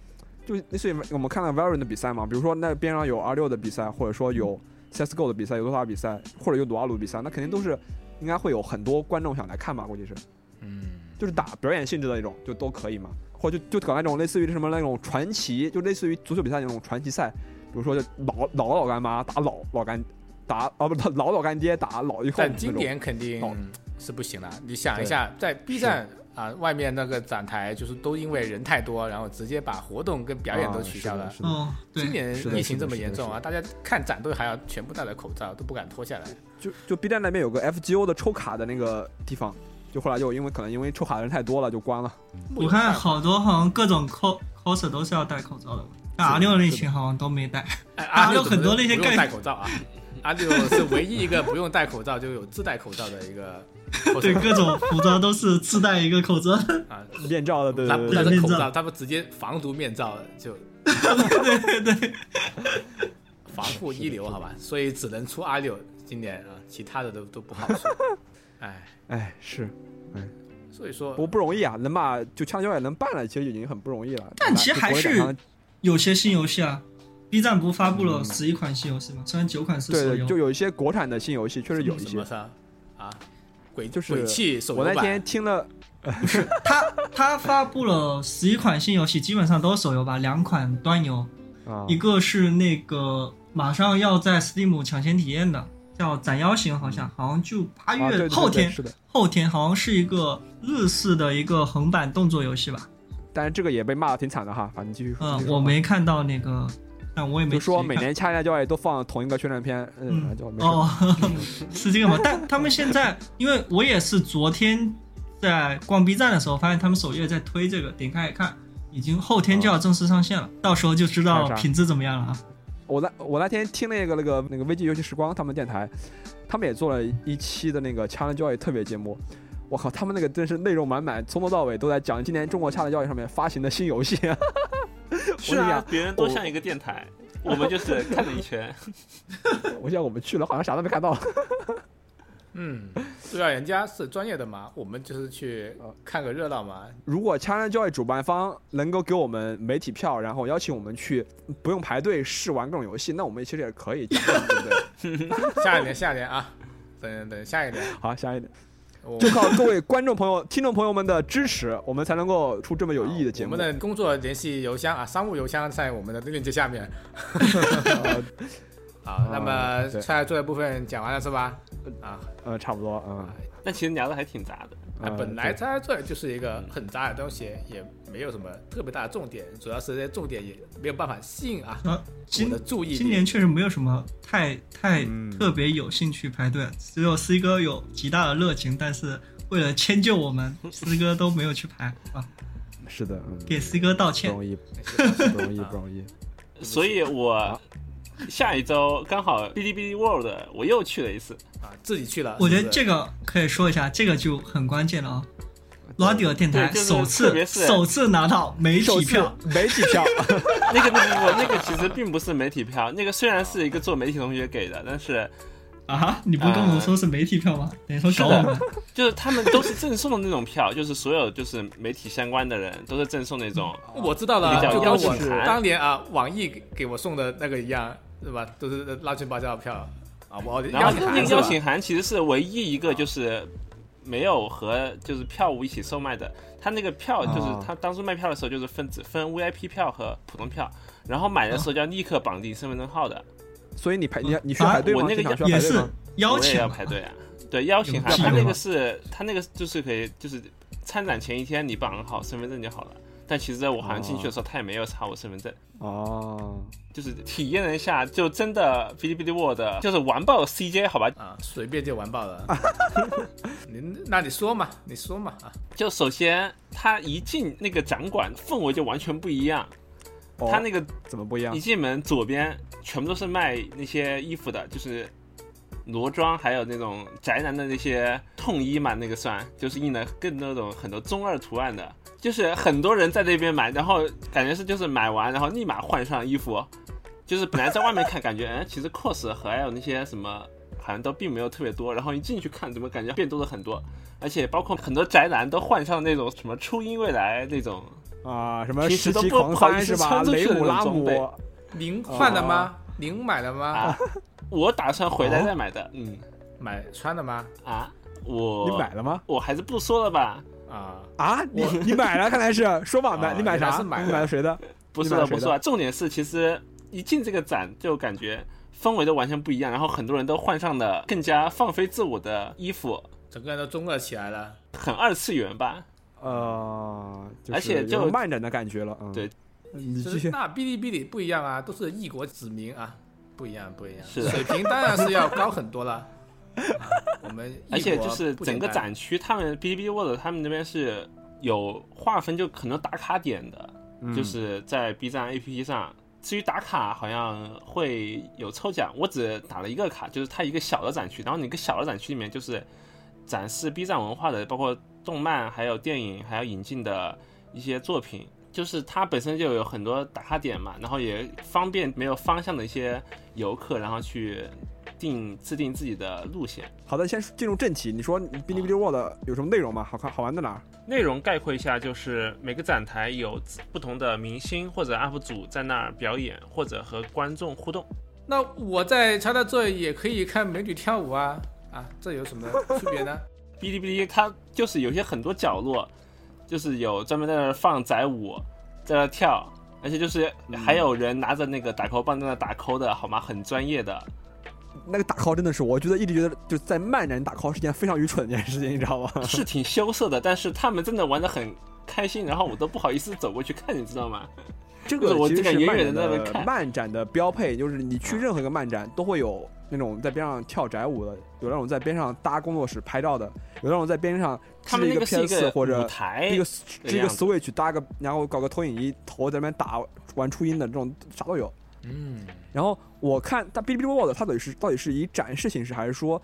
Speaker 1: 就类似于我们看了 Valorant 的比赛嘛，比如说那边上有 R 六的比赛，或者说有 CS:GO 的比赛，有 DOTA 比赛，或者有撸啊撸比赛，那肯定都是应该会有很多观众想来看吧，估计是，
Speaker 2: 嗯，
Speaker 1: 就是打表演性质的那种，就都可以嘛，或者就就搞那种类似于什么那种传奇，就类似于足球比赛那种传奇赛，比如说就老老老干妈打老老干打啊不老老干爹打老一控
Speaker 2: 但
Speaker 1: 那
Speaker 2: 今
Speaker 1: 种。
Speaker 2: 年肯定
Speaker 1: 哦
Speaker 2: 是不行了。你想一下，在 B 站啊外面那个展台，就是都因为人太多，然后直接把活动跟表演都
Speaker 1: 啊
Speaker 2: 取
Speaker 1: 是
Speaker 2: 消
Speaker 1: 的
Speaker 2: 了。
Speaker 1: 是的
Speaker 3: 哦，对，
Speaker 2: 今年
Speaker 1: 是的
Speaker 2: 疫
Speaker 1: 是
Speaker 2: 情
Speaker 1: 的
Speaker 2: 这
Speaker 1: 是
Speaker 2: 么
Speaker 1: 的
Speaker 2: 严重啊，
Speaker 1: 是
Speaker 2: 大家看展都还要全部戴着口罩，都不敢脱下来。
Speaker 1: 就就 B 站那边有个 FGO 的抽卡的那个地方，就后来就因为可能因为抽卡的人太多了就关了。
Speaker 2: 木
Speaker 3: 我
Speaker 2: 有
Speaker 3: 看
Speaker 2: 办法，
Speaker 3: 好多好像各种 cos coser 都是要戴口罩的，但 R 六那群好像都没戴。
Speaker 2: 哎
Speaker 3: 啊
Speaker 2: 阿六
Speaker 3: 有
Speaker 2: 怎么
Speaker 3: 很多
Speaker 2: 都
Speaker 3: 那些
Speaker 2: 不
Speaker 3: 概
Speaker 2: 用戴口罩啊。 阿六是唯一一个不用戴口罩就有自带口罩的一 个 coser，
Speaker 3: 对，各种服装都是自带一个口罩。
Speaker 2: 啊，
Speaker 1: 面罩的，对
Speaker 2: 他
Speaker 1: 对
Speaker 2: 不
Speaker 1: 对
Speaker 2: 戴
Speaker 1: 对，
Speaker 2: 着口
Speaker 3: 呃面
Speaker 2: 罩，
Speaker 3: 罩
Speaker 2: 他们直接防毒面罩就
Speaker 3: 对对对，
Speaker 2: 防护一流，好吧？所以只能出阿六今年啊，其他的都都不好 说。哎，
Speaker 1: 哎是，
Speaker 2: 所以说
Speaker 1: 不不容易啊，能把就枪交也能办了，其实已经很不容易了。
Speaker 3: 但其实还是
Speaker 1: 就国内打上
Speaker 3: 有些新游戏啊，B 站不发布了十一款新游戏吗？虽然九款是
Speaker 1: 嗯
Speaker 3: 手
Speaker 1: 对对，就
Speaker 3: 游。
Speaker 1: 有一些国产的新游戏确实有一
Speaker 2: 什么
Speaker 1: 些。
Speaker 2: 伤啊？鬼
Speaker 1: 就是
Speaker 2: 鬼泣手
Speaker 1: 我
Speaker 2: 游
Speaker 1: 那天
Speaker 2: 版，
Speaker 1: 听了，
Speaker 3: 它它发布了十一款新游戏，基本上都是手游吧，两款端游，
Speaker 1: 啊
Speaker 3: 一个是那个马上要在 Steam 抢先体验的，叫《斩妖行》，好像好像就八
Speaker 1: 嗯啊对
Speaker 3: 月
Speaker 1: 对对
Speaker 3: 后天
Speaker 1: 是的，
Speaker 3: 后天好像是一个日式的一个横版动作游戏吧。
Speaker 1: 但是这个也被骂的挺惨的哈，反正继续说。继续
Speaker 3: 嗯，
Speaker 1: 说
Speaker 3: 我没看到那个，但我也没
Speaker 1: 就说
Speaker 3: 仔细
Speaker 1: 每
Speaker 3: 看
Speaker 1: 年掐人家交也都放同一个宣传片，嗯，就没事。
Speaker 3: 哦， 是这个吗？但他们现在，因为我也是昨天在逛 B 站的时候，发现他们首页在推这个，点开一看，已经后天就要正式上线了，到时候就知道
Speaker 1: 看啥
Speaker 3: 品质怎么样了啊。
Speaker 1: 嗯我那我那天听那个那个那个危机游戏时光他们电台，他们也做了一期的那个 China Joy 特别节目。我靠，他们那个真是内容满满，从头到尾都在讲今年中国 China Joy 上面发行的新游戏。啊
Speaker 4: 是
Speaker 1: 我就
Speaker 4: 啊
Speaker 1: 想，
Speaker 4: 别人都
Speaker 1: 我
Speaker 4: 像一个电台，我们就是看了一圈，
Speaker 1: 我想我们去了，好像啥都没看到。
Speaker 2: 嗯，对啊，人家是专业 的嘛，我们就是去看个热闹嘛。
Speaker 1: 如果 China Joy 主办方能够给我们媒体票，然后邀请我们去不用排队试玩各种游戏，那我们其实也可以，对不对？
Speaker 2: 下一年，下一年啊， 等等下一年，
Speaker 1: 好，下一点，
Speaker 2: 我
Speaker 1: 就靠各位观众朋友、听众朋友们的支持，我们才能够出这么有意义的节目。
Speaker 2: 我们的工作联系邮箱啊，商务邮箱在我们的链接 下面。
Speaker 1: 呃
Speaker 2: 好，那么
Speaker 1: 对
Speaker 2: 菜做的部分讲完了是吧？啊，
Speaker 1: 呃，差不多，嗯。
Speaker 4: 但其实聊的还挺杂的。
Speaker 2: 啊，
Speaker 1: 呃
Speaker 2: 本来
Speaker 1: 对
Speaker 2: 它这就是一个很杂的东西，也没有什么特别大的重点，主要是这些重点也没有办法吸引啊
Speaker 3: 啊，
Speaker 2: 我
Speaker 3: 今
Speaker 2: 的注意力。
Speaker 3: 今年确实没有什么太太
Speaker 1: 嗯
Speaker 3: 特别有兴趣排队，只有思哥有极大的热情，但是为了迁就我们，思哥都没有去排啊，
Speaker 1: 是的，嗯，
Speaker 3: 给思哥道
Speaker 1: 不
Speaker 3: 歉。
Speaker 1: 容易，不容易，不啊容易。
Speaker 4: 所以我下一周刚好哔哩哔哩 World 我又去了一次，
Speaker 2: 啊，自己去了。
Speaker 3: 我觉
Speaker 2: 是
Speaker 3: 得
Speaker 2: 不是
Speaker 3: 这个可以说一下，这个就很关键了啊、Radio 电台
Speaker 4: 对就是
Speaker 3: 首
Speaker 4: 特别
Speaker 3: 次
Speaker 4: 是
Speaker 3: 首次拿到媒
Speaker 1: 手
Speaker 3: 体票，
Speaker 1: 没几票，
Speaker 4: 那个不不不，那个其实并不是媒体票，那个虽然是一个做媒体同学给的，但是
Speaker 3: 啊，你不是跟我们说是媒体票吗？等于说
Speaker 4: 是
Speaker 3: 搞我们
Speaker 4: 的，就是他们都是赠送的那种票， 就是所有就是媒体相关的人都是赠送那种。
Speaker 2: 哦我知道
Speaker 4: 比
Speaker 2: 了，
Speaker 4: 较
Speaker 2: 就跟
Speaker 4: 要求
Speaker 2: 我当年啊，网易给给我送的那个一样，是吧？都是拉群八加的票啊，我
Speaker 4: 然后
Speaker 2: 邀请
Speaker 4: 那
Speaker 2: 函
Speaker 4: 个
Speaker 2: 是
Speaker 4: 邀
Speaker 2: 吧？
Speaker 4: 请函其实是唯一一个就是没有和就是票务一起售卖的。他那个票就是
Speaker 1: 哦
Speaker 4: 他当初卖票的时候就是分只分 VIP 票和普通票，然后买的时候就要立刻绑定身份证号
Speaker 2: 哦
Speaker 4: 的。
Speaker 1: 所以你排你你需
Speaker 3: 啊
Speaker 1: 要排队
Speaker 4: 我
Speaker 1: 吗？
Speaker 4: 那个
Speaker 1: 现场需要
Speaker 3: 也
Speaker 1: 排队
Speaker 3: 是
Speaker 1: 吗？
Speaker 3: 邀
Speaker 4: 我也
Speaker 3: 请
Speaker 4: 要
Speaker 3: 嘛
Speaker 4: 排队啊。对，邀请函
Speaker 3: 有
Speaker 4: 他
Speaker 3: 屁
Speaker 4: 那
Speaker 3: 用
Speaker 4: 个
Speaker 3: 啊
Speaker 4: 是他那个就是可以就是参展前一天你绑好身份证就好了。但其实在我好像进去的时候，他也没有查我身份证。
Speaker 1: 哦，
Speaker 4: 就是体验了一下，就真的哔哩哔哩 World 就是完爆 CJ 好吧？
Speaker 2: 啊，随便就完爆 了。你那你说嘛，你说嘛啊，
Speaker 4: 就首先他一进那个展馆，氛围就完全不一样。
Speaker 1: 哦
Speaker 4: 他那个
Speaker 1: 怎么不一样
Speaker 4: 一？进门左边全部都是卖那些衣服的，就是裸装，还有那种宅男的那些痛衣嘛，那个算就是印了更多那种很多中二图案的，就是很多人在那边买，然后感觉是就是买完然后立马换上衣服，就是本来在外面看感觉，哎，其实 cos 和还有那些什么。好像都并没有特别多，然后一进去看，怎么感觉变多了很多？而且包括很多宅男都换上那种什么初音未来那种
Speaker 1: 啊，什么
Speaker 4: 平
Speaker 1: 十
Speaker 4: 时都
Speaker 1: 级
Speaker 4: 不
Speaker 1: 狂
Speaker 4: 不好意
Speaker 1: 三
Speaker 4: 思
Speaker 1: 是吧？
Speaker 4: 穿出去
Speaker 1: 雷
Speaker 4: 的
Speaker 1: 姆
Speaker 4: 那种
Speaker 1: 拉
Speaker 4: 装
Speaker 1: 姆
Speaker 4: 备
Speaker 2: 您换了吗？您买了吗？
Speaker 4: 哦啊，我打算回
Speaker 1: 哦
Speaker 4: 来再买的。嗯
Speaker 2: 买穿了吗？
Speaker 4: 啊，我
Speaker 1: 你买了吗？
Speaker 4: 我还是不说了吧，
Speaker 2: 啊，
Speaker 1: 啊，你你买了，看来是说吧，买
Speaker 2: 啊
Speaker 1: 你买
Speaker 2: 原来
Speaker 1: 啥？
Speaker 2: 是买的
Speaker 1: 你买了谁的？
Speaker 4: 不
Speaker 1: 你
Speaker 4: 说
Speaker 1: 买
Speaker 4: 了
Speaker 1: 谁
Speaker 4: 不
Speaker 1: 的
Speaker 4: 说了。重点是，其实一进这个展就感觉氛围都完全不一样，然后很多人都换上了更加放飞自我的衣服，
Speaker 2: 整个人都中二起来了。
Speaker 4: 很二次元吧。
Speaker 1: 呃，就是
Speaker 4: 而且
Speaker 1: 有
Speaker 4: 就
Speaker 1: 种漫展的感觉了，嗯，
Speaker 4: 对，
Speaker 1: 你
Speaker 2: 就
Speaker 1: 继
Speaker 2: 是
Speaker 1: 续。
Speaker 2: 那哔哩哔哩不一样啊，都是异国子民啊，不一样不一样，
Speaker 4: 是的
Speaker 2: 水平当然是要高很多了。啊我们异国
Speaker 4: 而且就是
Speaker 2: 不
Speaker 4: 整
Speaker 2: 简
Speaker 4: 个
Speaker 2: 单
Speaker 4: 展区，他们哔哩哔哩 World 他们那边是有划分，就很多打卡点的，
Speaker 1: 嗯
Speaker 4: 就是在 B 站 APP 上。至于打卡，好像会有抽奖，我只打了一个卡，就是它一个小的展区，然后你一个小的展区里面就是展示 B 站文化的，包括动漫、还有电影、还有引进的一些作品。就是它本身就有很多打卡点嘛，然后也方便没有方向的一些游客，然后去定制定自己的路线。
Speaker 1: 好的，先进入正题。你说哔哩哔哩 World 有什么内容吗？好看好玩在哪儿？
Speaker 4: 内容概括一下，就是每个展台有不同的明星或者 UP 主在那儿表演，或者和观众互动。
Speaker 2: 那我在查到这也可以看美女跳舞啊啊，这有什么区别 呢？
Speaker 4: 哔哩哔哩它就是有些很多角落，就是有专门在那儿放宅舞，在那儿跳，而且就是
Speaker 1: 嗯
Speaker 4: 还有人拿着那个打扣棒在那儿打扣的，好吗？很专业 的。
Speaker 1: 那个打 call 真的是，我觉得一直觉得就在漫展打 call 是件非常愚蠢的一件事情，你知道 吗？
Speaker 4: 是挺羞涩的，但是他们真的玩的很开心，然后我都不好意思走过去看，你知 道吗？
Speaker 1: 这
Speaker 4: 不
Speaker 1: 个
Speaker 4: 是我
Speaker 1: 其实
Speaker 4: 这个
Speaker 1: 是
Speaker 4: 远
Speaker 1: 漫
Speaker 4: 远
Speaker 1: 展
Speaker 4: 地在那
Speaker 1: 的
Speaker 4: 边看
Speaker 1: 漫展的标配，就是你去任何一个漫展都会有那种在边上跳宅舞的，有那种在边上搭工作室拍照的，有那种在边上
Speaker 4: 他们
Speaker 1: 支
Speaker 4: 那
Speaker 1: 一个
Speaker 4: 是一
Speaker 1: PS 或
Speaker 4: 舞
Speaker 1: 者
Speaker 4: 台，
Speaker 1: 一个
Speaker 4: 的
Speaker 1: 支一个
Speaker 4: 哎样子
Speaker 1: Switch 搭个，然后搞个投影仪，头在那边打玩初音的这种啥都有。
Speaker 2: 嗯，
Speaker 1: 然后我看它哔哩哔哩 World 它到底是到底是以展示形式，还是说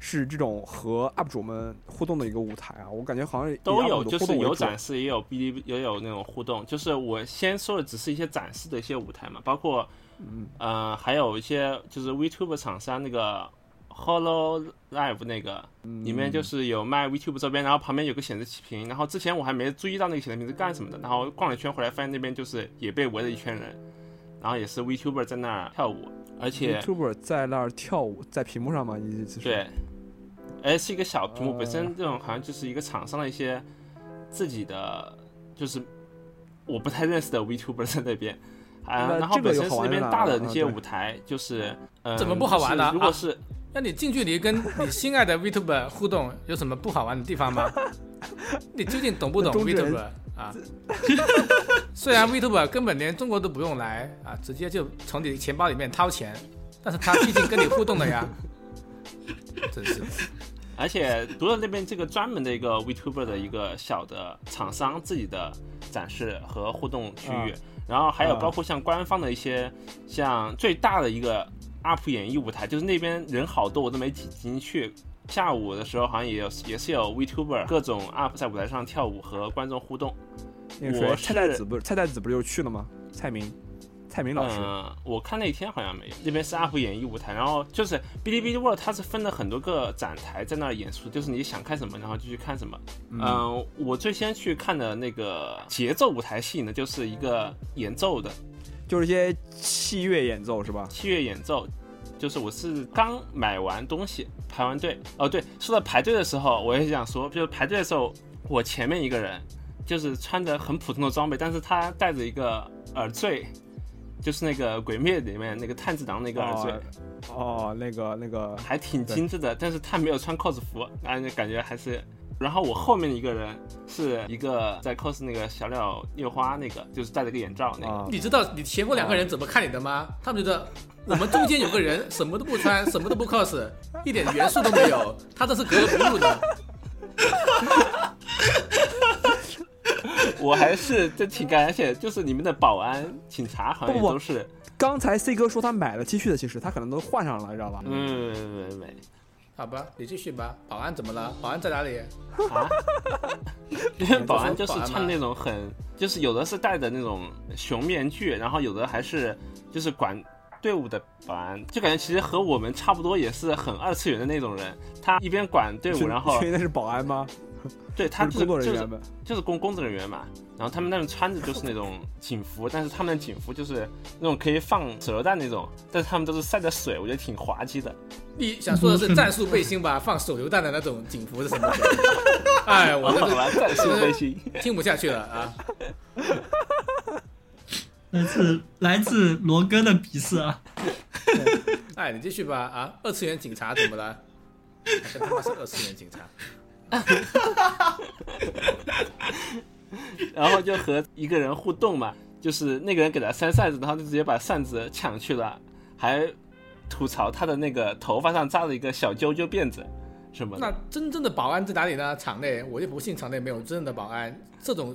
Speaker 1: 是这种和 UP 主们互动的一个舞台啊？我感觉好像以
Speaker 4: 都
Speaker 1: UP
Speaker 4: 有，
Speaker 1: 主
Speaker 4: 就
Speaker 1: 互
Speaker 4: 是
Speaker 1: 动为
Speaker 4: 有
Speaker 1: 主啊
Speaker 4: 展示，也有哔哩，也有那种互动。就是我先说的只是一些展示的一些舞台嘛，包括，
Speaker 1: 嗯
Speaker 4: 呃，还有一些就是 VTube 厂商那个 Hollow Live 那个里面
Speaker 1: 嗯
Speaker 4: 就是有卖 VTube 周边，然后旁边有个显示器屏，然后之前我还没注意到那个显示屏是干什么的，然后逛了一圈回来，发现那边就是也被围了一圈人，然后也是 VTuber 在那儿跳舞，而且
Speaker 1: YouTuber 在那儿跳舞，在屏幕上嘛，你意思是？
Speaker 4: 对，哎，是一个小屏幕，
Speaker 1: 呃
Speaker 4: 本身这种好像就是一个厂商的一些自己的，就是我不太认识的 VTuber 在那边。啊，
Speaker 1: 那
Speaker 4: 然后
Speaker 1: 这个
Speaker 4: 本
Speaker 1: 有
Speaker 4: 身是
Speaker 1: 好玩
Speaker 4: 那边
Speaker 1: 的
Speaker 4: 大的
Speaker 1: 啊
Speaker 4: 那些
Speaker 1: 对
Speaker 4: 舞台，就是呃，
Speaker 2: 怎么不好玩呢
Speaker 4: 是如果
Speaker 2: 啊
Speaker 4: 是
Speaker 2: 那你近距离跟你心爱的 VTuber 互动有什么不好玩的地方吗？你究竟懂不懂
Speaker 1: 那中之人
Speaker 2: VTuber 啊？虽然 VTuber 根本连中国都不用来啊，直接就从你钱包里面掏钱，但是他毕竟跟你互动 了呀，真是的
Speaker 4: 而且独乐那边这个专门的一个 VTuber 的一个小的厂商自己的展示和互动区域，然后还有
Speaker 1: 啊
Speaker 4: 包括像官方的一些，像最大的一个 UP 演艺舞台，就是那边人好多，我都没挤进去。下午的时候好像也有也是有 VTuber 各种 UP 在舞台上跳舞和观众互动。
Speaker 1: 那个谁，
Speaker 4: 我是
Speaker 1: 蔡太子不是蔡太子不是就去了吗？蔡明，蔡明老师。
Speaker 4: 嗯，我看那天好像没有，那边是 UP 演艺舞台，然后就是哔哩哔哩 World，它是分了很多个展台在那儿演出，就是你想看什么，然后就去看什么。嗯、我最先去看的那个节奏舞台戏呢，就是一个演奏的
Speaker 1: 就是一些器乐演奏是吧？
Speaker 4: 器乐演奏。就是我是刚买完东西排完队，哦对，说到排队的时候，我也想说，就是排队的时候，我前面一个人就是穿着很普通的装备，但是他戴着一个耳坠，就是那个《鬼灭》里面那个炭治郎那个耳坠，
Speaker 1: 哦哦，那个那个，
Speaker 4: 还挺精致的，但是他没有穿 cos 服，啊，感觉还是。然后我后面一个人是一个在 cos 那个小鸟夜花那个，就是戴了个眼罩那个。
Speaker 1: 啊
Speaker 2: 你知道你前后两个人怎么看你的吗？他们觉得我们中间有个人什么都不穿，什么都不 cos，一 点元素都没有，他这是格格不入的。
Speaker 4: 我还是真挺感谢，就是你们的保安、警察好像也
Speaker 1: 不不不
Speaker 4: 都是，
Speaker 1: 刚才 C 哥说他买了 T 恤的，其实他可能都换上了，你知道吧？
Speaker 4: 嗯，没没没。
Speaker 2: 好吧，你继续吧。保安怎么了？保安在哪里？
Speaker 4: 啊，因为保安就是
Speaker 2: 保安嘛
Speaker 4: 穿那种很，就是有的是戴着那种熊面具，然后有的还是就是管队伍的保安，就感觉其实和我们差不多，也是很二次元的那种人。他一边管队
Speaker 1: 是
Speaker 4: 伍，然后
Speaker 1: 确定是保安吗？
Speaker 4: 对他就是
Speaker 1: 是工作人
Speaker 4: 就是
Speaker 1: 员呗。
Speaker 4: 就是工工作人员嘛，然后他们那种穿着就是那种警服，但是他们的警服就是那种可以放手榴弹那种，但是他们都是晒着水，我觉得挺滑稽的。
Speaker 2: 你想说的是战术背心吧？放手榴弹的那种警服是什么鬼？哎，我
Speaker 4: 好
Speaker 2: 这
Speaker 4: 吧，战术背心，
Speaker 2: 个听不下去了啊！
Speaker 3: 来自来自罗哥的鄙视啊！
Speaker 2: 哎，你继续吧啊！二次元警察怎么了？这他妈是二次元警察。
Speaker 4: 然后就和一个人互动嘛，就是那个人给他扇扇子，然后就直接把扇子抢去了，还吐槽他的那个头发上扎了一个小揪揪辫子什么的。
Speaker 2: 那真正的保安在哪里呢？场内，我就不信场内没有真正的保安。这种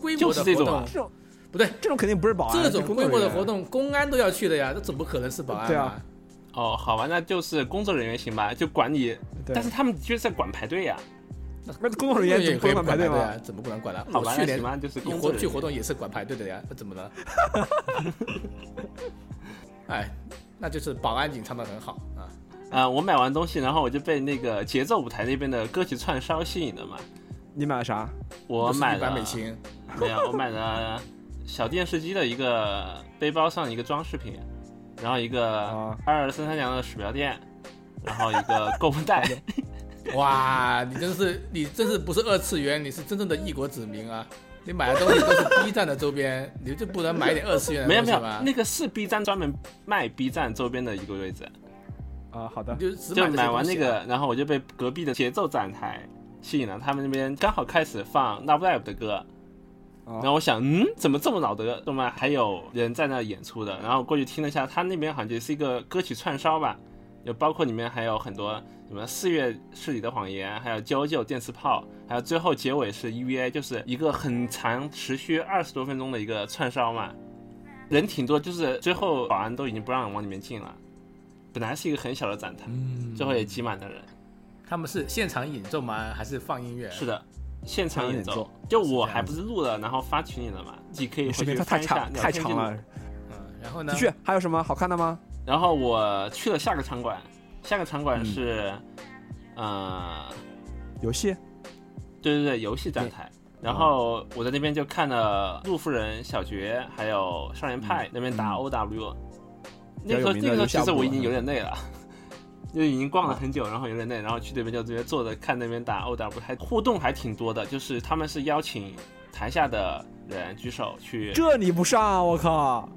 Speaker 2: 规模
Speaker 4: 就是
Speaker 2: 的
Speaker 4: 这
Speaker 2: 活
Speaker 4: 种啊
Speaker 2: 动，
Speaker 1: 这种
Speaker 2: 不对，
Speaker 1: 这种肯定不是保安，
Speaker 2: 这
Speaker 1: 是
Speaker 2: 种
Speaker 1: 工
Speaker 2: 规
Speaker 1: 作
Speaker 2: 模的
Speaker 1: 人员
Speaker 2: 活动，公安都要去的呀，这怎么可能是保安
Speaker 1: 对啊？
Speaker 4: 哦，好吧，那就是工作人员行吧，就管你，
Speaker 1: 对
Speaker 4: 但是他们的确是在管排队呀、
Speaker 1: 那工作人员
Speaker 2: 也
Speaker 1: 总
Speaker 2: 啊
Speaker 1: 不
Speaker 2: 可以
Speaker 1: 能
Speaker 2: 管
Speaker 1: 排队
Speaker 2: 的
Speaker 1: 吗
Speaker 2: 呀？？怎么不能管了？
Speaker 4: 好
Speaker 2: 我
Speaker 4: 吧，
Speaker 2: 去
Speaker 4: 那行
Speaker 2: 年
Speaker 4: 吧，就是
Speaker 2: 你
Speaker 4: 工作
Speaker 2: 活
Speaker 4: 人
Speaker 2: 去
Speaker 4: 员
Speaker 2: 活动也是管排队的呀，那怎 么了？哎，那就是保安警唱的很好啊。
Speaker 4: 呃，我买完东西，然后我就被那个节奏舞台那边的歌曲串烧吸引了嘛。
Speaker 1: 你买了啥？
Speaker 4: 我买
Speaker 2: 版
Speaker 4: 了
Speaker 2: 美琴，
Speaker 4: 没有，我买了小电视机的一个背包上一个装饰品，然后一个
Speaker 1: 啊
Speaker 4: 二二三三娘的鼠标垫，然后一个购物袋。
Speaker 2: 哇，你真是你真是不是二次元，你是真正的异国子民啊！你买的东西都是 B 站的周边，你就不能 买点二次元
Speaker 4: 没
Speaker 2: 的
Speaker 4: 有
Speaker 2: 东
Speaker 4: 没
Speaker 2: 西
Speaker 4: 有，
Speaker 2: 吗？
Speaker 4: 那个是 B 站专门卖 B 站周边的一个位置，
Speaker 1: 啊，好的
Speaker 2: 你，就只
Speaker 4: 就
Speaker 2: 买这些
Speaker 4: 买完
Speaker 2: 东
Speaker 4: 那
Speaker 2: 西啊
Speaker 4: 个，然后我就被隔壁的节奏展台吸引了，他们那边刚好开始放 Love Live 的歌，
Speaker 1: 啊
Speaker 2: 哦
Speaker 4: 然后我想，嗯，怎么这么老的动漫还有人在那演出的？然后过去听了一下，他那边好像就是一个歌曲串烧吧，就包括里面还有很多什么《四月是你的谎言》，还有《啾啾电磁炮》，还有最后结尾是 EVA，就是一个很长，持续二十多分钟的一个串烧嘛。人挺多，就是最后保安都已经不让往里面进了。本来是一个很小的展台，
Speaker 1: 嗯
Speaker 4: 最后也挤满了人。
Speaker 2: 他们是现场演奏吗？还是放音乐？
Speaker 4: 是的，现场演
Speaker 1: 现场
Speaker 4: 奏
Speaker 1: 演。
Speaker 4: 就我还不是录了，然后发群里了嘛，你可以
Speaker 1: 嗯视
Speaker 4: 回
Speaker 1: 频
Speaker 4: 去
Speaker 1: 它太
Speaker 4: 看一下
Speaker 1: 长。太长
Speaker 4: 了。
Speaker 1: 了。
Speaker 2: 嗯，然后呢
Speaker 1: 继？续，还有什么好看的吗？
Speaker 4: 然后我去了下个场馆，下个场
Speaker 1: 嗯
Speaker 4: 馆是，呃，
Speaker 1: 游戏
Speaker 4: 对对对，游戏展台。然后我在那边就看了陆夫人、小绝还有少年派那边打 OW。那个时候
Speaker 1: 比
Speaker 4: 那
Speaker 1: 嗯较有名的
Speaker 4: 个时候其
Speaker 1: 就下
Speaker 4: 实
Speaker 1: 部
Speaker 4: 我
Speaker 1: 了啊
Speaker 4: 已经有点累了， 就已经逛了很久，然后有点累，然后去那边就直接坐着看那边打 OW，还互动还挺多的，就是他们是邀请台下的人举手去
Speaker 1: 这你不上、啊，我靠！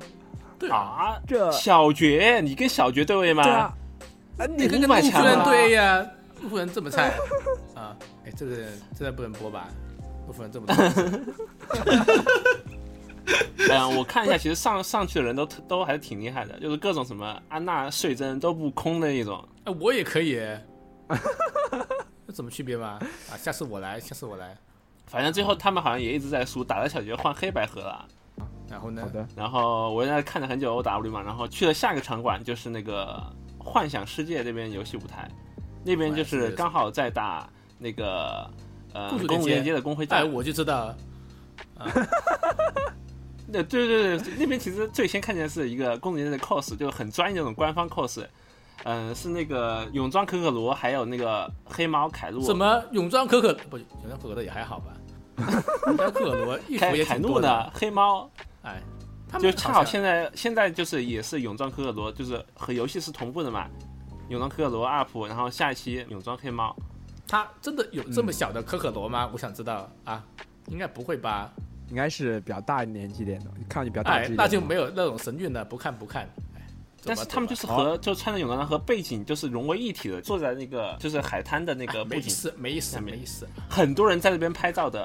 Speaker 2: 对啊，
Speaker 4: 啊。
Speaker 1: 这
Speaker 4: 小绝，你跟小绝对位吗？
Speaker 1: 对啊，啊你
Speaker 2: 你跟
Speaker 4: 五
Speaker 2: 跟
Speaker 4: 百
Speaker 2: 陆夫
Speaker 4: 强
Speaker 2: 人
Speaker 4: 啊
Speaker 2: 对呀，陆夫人这么菜啊！哎，这个真的不能播吧？陆夫人这么菜，
Speaker 1: 啊
Speaker 4: 嗯，我看一下，其实上上去的人都都还挺厉害的，就是各种什么安娜、睡真都不空的那种。
Speaker 2: 哎，我也可以。有什么区别吗？啊，下次我来，下次我来。
Speaker 4: 反正最后他们好像也一直在输，打了小绝换黑白盒了。
Speaker 2: 然后呢
Speaker 1: 好？的，
Speaker 4: 然后我在那看了很久 OW 嘛，然后去了下个场馆，就是那个幻想世界这边游戏舞台，那边
Speaker 2: 幻
Speaker 4: 就
Speaker 2: 想世
Speaker 4: 是
Speaker 2: 界
Speaker 4: 刚好在打那个呃
Speaker 2: 公主
Speaker 4: 公主
Speaker 2: 连
Speaker 4: 连
Speaker 2: 接
Speaker 4: 接的公会
Speaker 2: 哎，
Speaker 4: 战。
Speaker 2: 我就知道，
Speaker 4: 对对对对，那边其实最先看见的是一个工作人员的 cos，就是很专业的那种官方 cos，嗯、是那个泳装可可罗，还有那个黑猫凯路，
Speaker 2: 什么泳装可可不，泳装可可的也还好吧，泳装可可 罗衣服
Speaker 4: 凯
Speaker 2: 也
Speaker 4: 凯
Speaker 2: 挺
Speaker 4: 怒
Speaker 2: 多
Speaker 4: 呢，
Speaker 2: 的，
Speaker 4: 黑猫，
Speaker 2: 哎，他
Speaker 4: 就
Speaker 2: 们
Speaker 4: 恰好现在现在就是也是泳装可可罗，就是和游戏是同步的嘛，泳装可可罗 up，然后下一期泳装黑猫，
Speaker 2: 他真的有这么小的可可罗吗？我想知道啊，应该不会吧？
Speaker 1: 应该是比较大年纪一点的，看上去
Speaker 4: 啊
Speaker 1: 比较大
Speaker 2: 哎
Speaker 1: 只一点，的。
Speaker 2: 那就没有那种神韵了，不看不看。哎走吧
Speaker 4: 但是他们
Speaker 2: 走
Speaker 4: 就
Speaker 2: 吧
Speaker 4: 是和就穿着泳装然后和背景就是融为一体的，坐在那个就是海滩的那
Speaker 2: 哎
Speaker 4: 个
Speaker 2: 没
Speaker 4: 背
Speaker 2: 意
Speaker 4: 景，
Speaker 2: 思，没意思，
Speaker 4: 下面
Speaker 2: 没意思。
Speaker 4: 很多人在那边拍照的，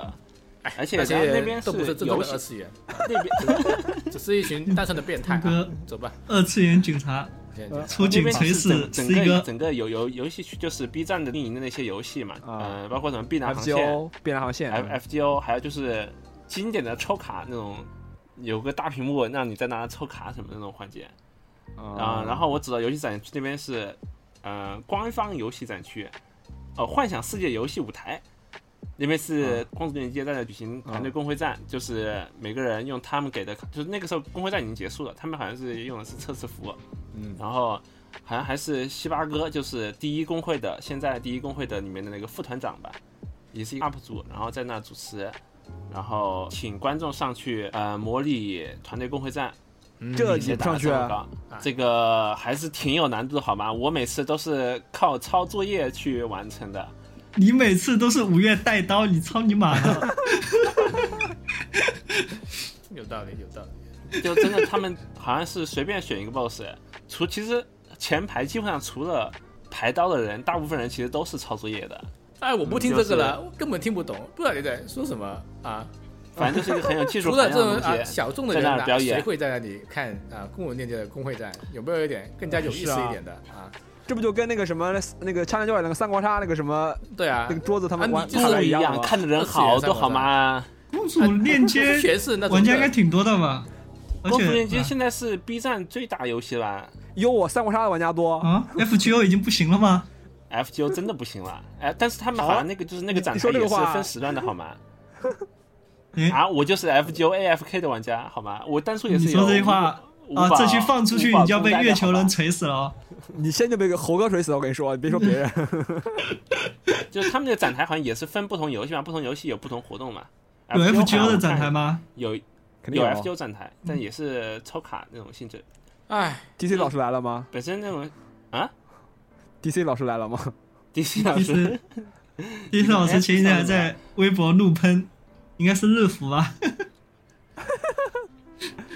Speaker 2: 哎，
Speaker 4: 而且
Speaker 2: 那些
Speaker 4: 然后那
Speaker 2: 人
Speaker 4: 边
Speaker 2: 都不
Speaker 4: 是
Speaker 2: 是真正
Speaker 4: 游
Speaker 2: 的
Speaker 4: 戏
Speaker 2: 二次元，
Speaker 4: 那边
Speaker 2: 只是一群单纯的变态
Speaker 3: 那
Speaker 2: 啊
Speaker 3: 个。
Speaker 2: 走吧，
Speaker 3: 二次元警察
Speaker 2: 现在就
Speaker 3: 出
Speaker 4: 这
Speaker 3: 警
Speaker 4: 边
Speaker 3: 锤
Speaker 4: 其实
Speaker 3: 死
Speaker 4: 整整
Speaker 3: 死一
Speaker 4: 个
Speaker 3: 个，
Speaker 4: 整个游游游戏区就是 B 站的运营的那些游戏嘛，
Speaker 1: 啊
Speaker 4: 呃，包括什么碧蓝航线、
Speaker 1: FGO 变量航线
Speaker 4: F F G O，还有就是经典的抽卡那种，有个大屏幕让你在那抽卡什么的那种环节
Speaker 1: 哦
Speaker 4: 啊、然后我指到游戏展区那边是，呃，官方游戏展区，呃，幻想世界游戏舞台。那边是光子链接在那举行团队
Speaker 1: 啊
Speaker 4: 公会战，就是每个人用他们给的，就是那个时候公会战已经结束了，他们好像是用的是测试服，
Speaker 1: 嗯
Speaker 4: 然后好像还是西巴哥，就是第一工会的，现在第一工会的里面的那个副团长吧，也是一个 UP 主，然后在那主持，然后请观众上去呃模拟团队工会战，
Speaker 1: 这
Speaker 4: 一起
Speaker 1: 你不
Speaker 4: 打
Speaker 1: 上去
Speaker 4: 上
Speaker 1: 啊？
Speaker 4: 高，这个还是挺有难度的好吗？我每次都是靠抄作业去完成的，
Speaker 3: 你每次都是五月带刀，你操你妈的！
Speaker 2: 有道理，有道理。
Speaker 4: 就真的他们好像是随便选一个 BOSS，除其实前排基本上除了排刀的人，大部分人其实都是抄作业的。
Speaker 2: 哎，我不听这个
Speaker 4: 嗯
Speaker 2: 了，我根本听不懂，不知道你在说什么啊。
Speaker 4: 反正就是一个很有技术
Speaker 2: 除
Speaker 4: 含
Speaker 2: 了
Speaker 4: 量
Speaker 2: 这
Speaker 4: 的
Speaker 2: 种
Speaker 4: 东西，
Speaker 2: 啊小众的人
Speaker 4: 在那
Speaker 2: 呢
Speaker 4: 儿表演
Speaker 2: 谁会在那里看啊？公文链接的公会战有没有一点更加有意思一点的啊？
Speaker 1: 这不就跟那个什么那个《枪战教那个三国杀那个什么
Speaker 2: 对啊
Speaker 1: 那个，桌子他们
Speaker 2: 啊
Speaker 1: 玩
Speaker 2: 你就是
Speaker 4: 看
Speaker 1: 打
Speaker 4: 的
Speaker 1: 的
Speaker 4: 一
Speaker 1: 样
Speaker 4: 样，
Speaker 1: 吗？
Speaker 4: 看的人好多好吗？
Speaker 3: 公主链接
Speaker 2: 全啊是那种
Speaker 3: 玩家应该
Speaker 2: 的
Speaker 3: 挺多的吧？而
Speaker 4: 光
Speaker 3: 且
Speaker 4: 伏链
Speaker 1: 嗯
Speaker 4: 接现在是 B 站最大游戏啦
Speaker 1: 有我三国杀的玩家多。
Speaker 3: 啊，FGO 已经不行了吗？
Speaker 4: ，FGO 真的不行了。哎，但是他们好像那个就是那个展
Speaker 1: 啊你
Speaker 4: 台
Speaker 1: 说这
Speaker 4: 也
Speaker 1: 个
Speaker 4: 是
Speaker 1: 话啊
Speaker 4: 分时段的好吗？
Speaker 3: 哎
Speaker 4: 啊，我就是 FGO AFK 的玩家好吗？我当初也是
Speaker 3: 你说
Speaker 4: 有
Speaker 3: 这句话
Speaker 4: 五
Speaker 3: 啊，
Speaker 4: 宝
Speaker 3: 这句放出去
Speaker 4: 五宝
Speaker 3: 你就要被
Speaker 4: 公仔的
Speaker 3: 月球人
Speaker 4: 好吧
Speaker 3: 锤死了哦。
Speaker 1: 你先就被猴哥锤死，我跟你说，你别说别人。
Speaker 4: 就是他们那个展台好像也是分不同游戏嘛，不同游戏有不同活动嘛。
Speaker 3: 有 FGO
Speaker 4: 好
Speaker 3: 的
Speaker 4: 像
Speaker 3: 展台 吗？
Speaker 4: 有
Speaker 1: 肯定
Speaker 4: 有啊
Speaker 1: 有啊
Speaker 4: FGO 展台，但也是抽卡那种性质，
Speaker 2: 哎，
Speaker 1: DC 老师来了吗
Speaker 4: 本身那 种
Speaker 1: ？DC 老师来了吗？
Speaker 4: DC 老
Speaker 3: 其
Speaker 4: 师
Speaker 3: 实，其实老师前几天还在微博怒喷，应该是日服 吧？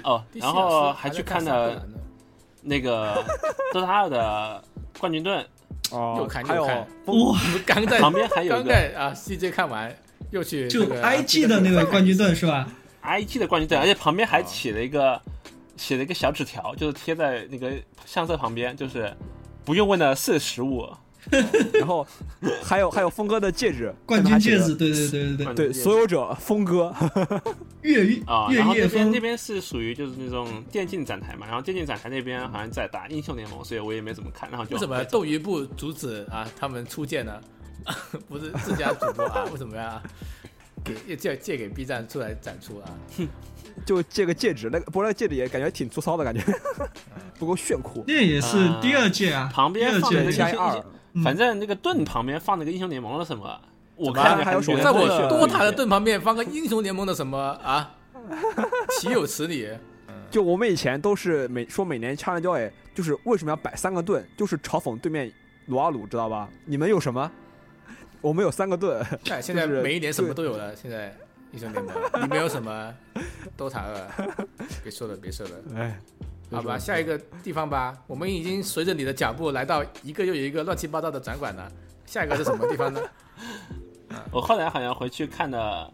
Speaker 4: 哦，
Speaker 2: 第四
Speaker 4: 然
Speaker 2: 老
Speaker 4: 后
Speaker 2: 师
Speaker 4: 还
Speaker 2: 在
Speaker 4: 去看
Speaker 2: 萨克
Speaker 4: 了
Speaker 2: 兰呢，
Speaker 4: 那个 DOTA 二的冠军盾，
Speaker 1: 哦
Speaker 2: 又，看
Speaker 1: 还
Speaker 2: 又
Speaker 1: 有
Speaker 2: 看
Speaker 3: 哇，
Speaker 2: 我们刚在
Speaker 4: 旁边还有一
Speaker 2: 刚
Speaker 4: 个
Speaker 2: 在啊 CJ 看完又去
Speaker 3: 就
Speaker 2: 这
Speaker 4: 啊
Speaker 2: 个
Speaker 3: IG 的那个冠军盾是吧？
Speaker 4: IG 的冠军盾，而且旁边
Speaker 2: 啊
Speaker 4: 还起了一个写了一个小纸条，就是贴在那个相册旁边，就是不用问的是食物。
Speaker 1: 然后还有还有峰哥的戒指，
Speaker 3: 冠军戒指，，对对对对对，
Speaker 4: 冠军
Speaker 1: 对，所有者峰哥，
Speaker 3: 越狱
Speaker 4: 啊，然后
Speaker 3: 越
Speaker 4: 那
Speaker 3: 夜
Speaker 4: 边
Speaker 3: 风
Speaker 4: 那边是属于就是那种电竞展台嘛，然后电竞展台那边好像在打英雄联盟，所以我也没怎么看，然后就
Speaker 2: 为什
Speaker 1: 哦
Speaker 2: 么斗鱼不阻止啊他们出剑呢？ 不是自家主播 啊，为什么要给借借给 B 站出来展出啊？
Speaker 1: 就借个戒指，那个不过那个戒指也感觉挺粗糙的感觉， 不够炫酷。
Speaker 3: 那也是第二届啊，
Speaker 4: 呃旁边放
Speaker 3: 第
Speaker 4: 的
Speaker 3: 二
Speaker 4: 那
Speaker 3: 届
Speaker 4: 个
Speaker 1: 加
Speaker 4: 英雄
Speaker 1: 一
Speaker 4: 英
Speaker 1: 二
Speaker 4: 雄，反正那个盾旁边放了个英雄联盟了什么，我
Speaker 1: 么
Speaker 4: 看着
Speaker 1: 还有
Speaker 4: 觉
Speaker 1: 手
Speaker 4: 得
Speaker 1: 机
Speaker 2: 哦在我
Speaker 4: 这个
Speaker 2: 多塔的盾旁边放个英雄联盟的什么 啊？岂有此理！
Speaker 1: 就我们以前都是每说每年 China Joy，就是为什么要摆三个盾，就是嘲讽对面鲁阿鲁，知道吧？你们有什么？我们有三个盾，
Speaker 2: 哎，现在
Speaker 1: 就是
Speaker 2: 每一年什么都有了，现在英雄联盟你没有 什么多塔二，别说了，别说了。
Speaker 1: 哎，
Speaker 2: 好吧，下一个地方吧。我们已经随着你的脚步来到一个又一个乱七八糟的展馆了。下一个是什么地方呢？
Speaker 4: 我后来好像回去看了，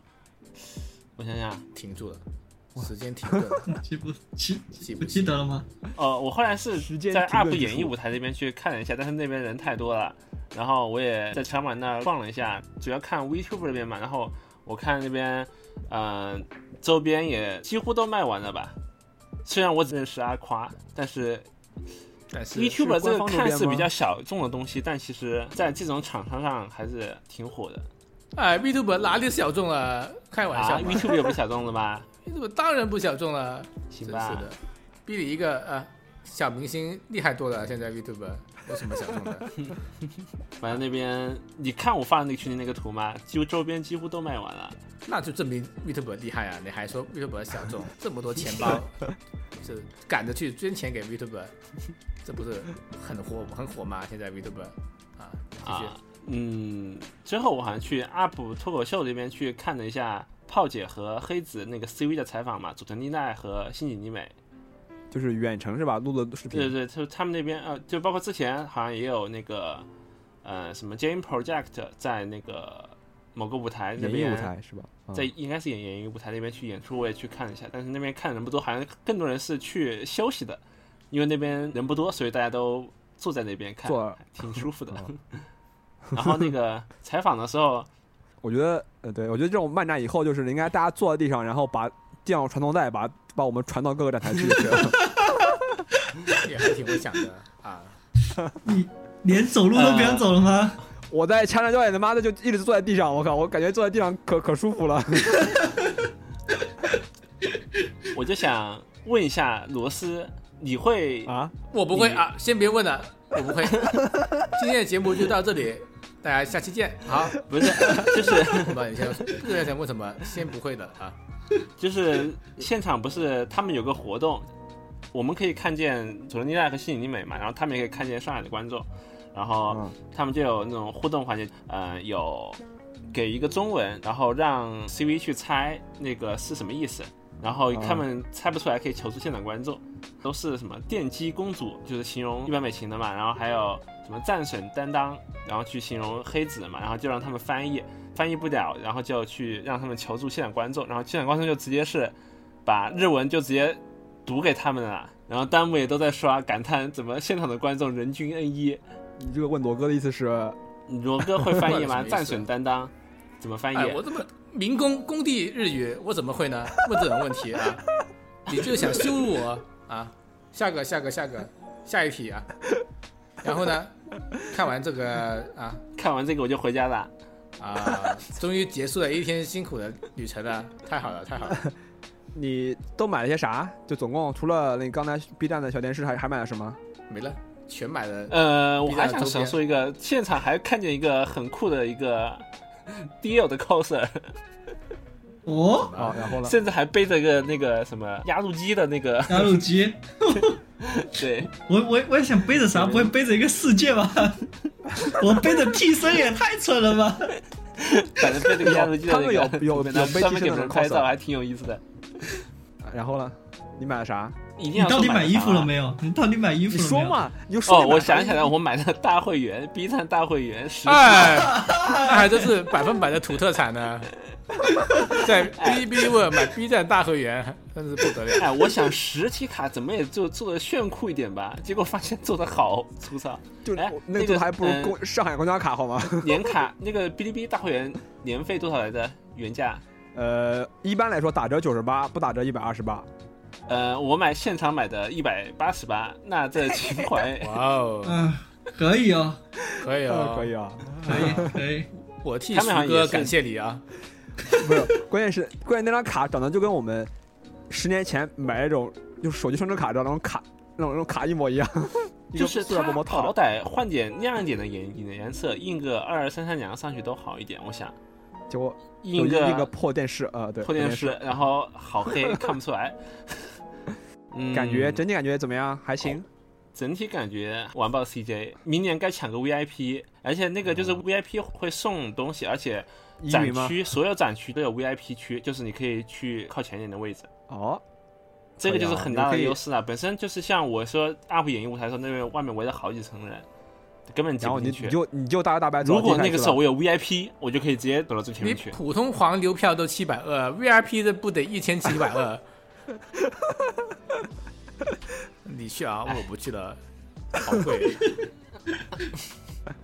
Speaker 4: 我想想，
Speaker 2: 停住了，时间停顿了。
Speaker 3: 记不记
Speaker 2: 记不
Speaker 3: 不记得了吗？
Speaker 4: 呃，我后来是
Speaker 1: 时间
Speaker 4: 在
Speaker 1: 停
Speaker 4: UP
Speaker 1: 顿
Speaker 4: 演
Speaker 1: 之
Speaker 4: 艺
Speaker 1: 术
Speaker 4: 舞台那边去看了一下，但是那边人太多了，然后我也在场馆那儿逛了一下，主要看 VTube 那边嘛，然后我看那边，嗯、周边也几乎都卖完了吧。虽然我只认识阿夸，但是哎
Speaker 2: 但是
Speaker 4: VTuber 这
Speaker 1: 官
Speaker 4: 个
Speaker 1: 方周
Speaker 4: 看
Speaker 1: 边
Speaker 4: 似比
Speaker 1: 吗
Speaker 4: 较小众的东西，但其实在这种厂商上还是挺火的。
Speaker 2: 哎，Vtuber 哪里小众了？开玩
Speaker 4: 啊
Speaker 2: 笑嘛，
Speaker 4: ，VTube 也不是小众的吧
Speaker 2: 你怎么当然不小众了？
Speaker 4: 行
Speaker 2: 真是
Speaker 4: 吧？
Speaker 2: 的，比你一个啊小明星厉害多了。现在 VTuber 有什么小众的？
Speaker 4: 反正那边你看我发的那个群里那个图吗？几乎周边几乎都卖完了。
Speaker 2: 那就证明 VTuber 厉害啊！你还说 VTuber 小众，这么多钱包，是赶着去捐钱给 VTuber，这不是很火很火吗？现在 VTuber 啊，继续。
Speaker 4: 啊，嗯，之后我好像去 UP 脱口秀这边去看了一下炮姐和黑子那个 CV 的采访嘛，佐藤丽奈和新井里美，
Speaker 1: 就是远程是吧？录的视频，
Speaker 4: 对对，就他们那边呃，就包括之前好像也有那个呃什么 Jam Project 在那个某个舞台那
Speaker 1: 演艺
Speaker 4: 边
Speaker 1: 舞台是吧？啊
Speaker 4: 在应该是演演艺舞台那边去演出，我也去看了一下，但是那边看人不多，好像更多人是去休息的，因为那边人不多，所以大家都坐在那边看
Speaker 1: 坐，
Speaker 4: 挺舒服的
Speaker 1: 哦。
Speaker 4: 然后那个采访的时候，
Speaker 1: 我觉得，呃，对我觉得这种漫展以后就是应该大家坐在地上，然后把系上传送带，把把我们传到各个站台去就行 了。
Speaker 2: 也还挺会想的啊。
Speaker 3: 连走路都不
Speaker 4: 呃
Speaker 3: 想走了吗？
Speaker 1: 我在掐着教练他妈的就一直坐在地上，我靠，我感觉坐在地上可可舒服了。
Speaker 4: 我就想问一下罗斯，你会
Speaker 1: 啊，
Speaker 2: 我不会啊，先别问了，我不会。今天的节目就到这里，大家下期见。好，
Speaker 4: 不是就是
Speaker 2: 我们先 不知道想问什么，先不会的啊。
Speaker 4: 就是现场不是他们有个活动，我们可以看见佐藤妮奈和西影里美嘛，然后他们也可以看见上海的观众，然后。
Speaker 1: 嗯
Speaker 4: 他们就有那种互动环节，呃，有给一个中文，然后让 CV 去猜那个是什么意思，然后
Speaker 1: 啊
Speaker 4: 他们猜不出来可以求助现场观众，都是什么电击公主，就是形容一般美琴的嘛，然后还有什么战损担当，然后去形容黑子嘛，然后就让他们翻译，翻译不了，然后就去让他们求助现场观众，然后现场观众就直接是把日文就直接读给他们了。然后弹幕也都在刷感叹，怎么现场的观众人均 N 一，
Speaker 1: 你这个问罗哥的意思是，
Speaker 4: 罗哥会翻译
Speaker 2: 什么
Speaker 4: 吗？
Speaker 2: 意思
Speaker 4: 战损担当怎么翻译？
Speaker 2: 哎，我怎么民工工地日语我怎么会呢？问这种问题 啊，你就是想羞辱我啊？下个下个下个下一题啊。然后呢，看完这个啊
Speaker 4: 看完这个我就回 家了。
Speaker 2: 啊，终于结束了一天辛苦的旅程了，太好了太好了。
Speaker 1: 你都买了些啥？就总共除了那刚才 B 站的小电视还，还买了什么？
Speaker 2: 没了，全买了。
Speaker 4: 呃，我
Speaker 2: 必然
Speaker 4: 还
Speaker 2: 的
Speaker 4: 想
Speaker 2: 周边
Speaker 4: 少说一个，现场还看见一个很酷的一 个 DL 的 coser，
Speaker 3: 哦，
Speaker 1: 啊，然后呢？
Speaker 4: 甚至还背着一个那个什么压路机的 那个，
Speaker 3: 打卤鸡，
Speaker 4: 对，
Speaker 3: 我我我也想背着啥？不会背着一个世界吧？ 我背着替身也太蠢了吧！
Speaker 4: 反正背着个压路机的那个，
Speaker 1: 有他们有有
Speaker 4: 对
Speaker 1: 有背
Speaker 4: 专门
Speaker 1: 机
Speaker 4: 给
Speaker 1: 身的
Speaker 4: 别人
Speaker 1: coser
Speaker 4: 拍照，还挺有意思的。
Speaker 1: 然后呢？你买了啥？
Speaker 4: 一定
Speaker 3: 你
Speaker 4: 要
Speaker 3: 到底
Speaker 4: 说
Speaker 3: 买
Speaker 4: 了
Speaker 3: 衣服了
Speaker 4: 啥？啊
Speaker 3: 没有？你到底买衣
Speaker 1: 你
Speaker 3: 服了没
Speaker 1: 说
Speaker 3: 有？
Speaker 1: 嘛，你就说
Speaker 4: 哦，
Speaker 1: 你买
Speaker 4: 我
Speaker 1: 了啥
Speaker 4: 想起来，了，我买了大会员，B 站大会员十，
Speaker 2: 哎，那还真是百分百的土特产呢，在哔哩哔哩问买 B 站大会员，真是不得了。
Speaker 4: 哎，我想实体卡怎么也就做的炫酷一点吧，结果发现做的好粗糙。
Speaker 1: 就
Speaker 4: 哎
Speaker 1: 那
Speaker 4: 那
Speaker 1: 个
Speaker 4: 个
Speaker 1: 还不如
Speaker 4: 嗯
Speaker 1: 公上海公交卡好吗？
Speaker 4: 年卡那个哔哩哔哩大会员年费多少来着？原价？
Speaker 1: 呃，一般来说打折九十八，不打折一百二十八。
Speaker 4: 呃，我买现场买的一百八十八，那这情 怀
Speaker 2: 哇哦，
Speaker 3: 嗯，可以哦，
Speaker 2: 可以哦
Speaker 1: 呃，可以啊，
Speaker 3: 可以可以。
Speaker 2: 我替
Speaker 4: 他们好
Speaker 2: 徐
Speaker 4: 像也
Speaker 2: 哥
Speaker 4: 是
Speaker 2: 感谢你啊！
Speaker 1: 不是，关键是关键那张卡长得就跟我们十年前买那种就是手机充值卡的那种卡那种那种卡一模 一样，一
Speaker 4: 就
Speaker 1: 个
Speaker 4: 是
Speaker 1: 塑
Speaker 4: 他
Speaker 1: 料薄膜套
Speaker 4: 好
Speaker 1: 的，
Speaker 4: 歹换点亮一点的颜颜色，印个二二三三两上去都好一点，我想
Speaker 1: 结果有
Speaker 4: 印
Speaker 1: 一个
Speaker 4: 个
Speaker 1: 破电视呃，对，
Speaker 4: 破电视，然后好 黑看不出来。嗯，
Speaker 1: 感觉整体感觉怎么样？还行。
Speaker 4: 整体感觉完爆 CJ，明年该抢个 VIP，而且那个就是 VIP 会送东西，而且
Speaker 1: 哦英语
Speaker 4: 展
Speaker 1: 吗？
Speaker 4: 区所有展区都有 VIP 区，就是你可以去靠前一点的位置。
Speaker 1: 哦，
Speaker 4: 这个就是很大
Speaker 1: 可
Speaker 4: 的
Speaker 1: 以啊
Speaker 4: 优势啊！本身就是像我说 UP 演艺舞台的时候，那边外面围了好几层人，根本挤
Speaker 1: 然后
Speaker 4: 不
Speaker 1: 你
Speaker 4: 进
Speaker 1: 你
Speaker 4: 去。
Speaker 1: 就你就大摇大摆走
Speaker 4: 如
Speaker 1: 到
Speaker 4: 果
Speaker 1: 前台去了。
Speaker 4: 那个时候我有 VIP，我就可以直接走到最前
Speaker 2: 你
Speaker 4: 面去。
Speaker 2: 普通黄牛票都七百二，VIP 这不得一千七百二？你去啊，我不去了，好贵。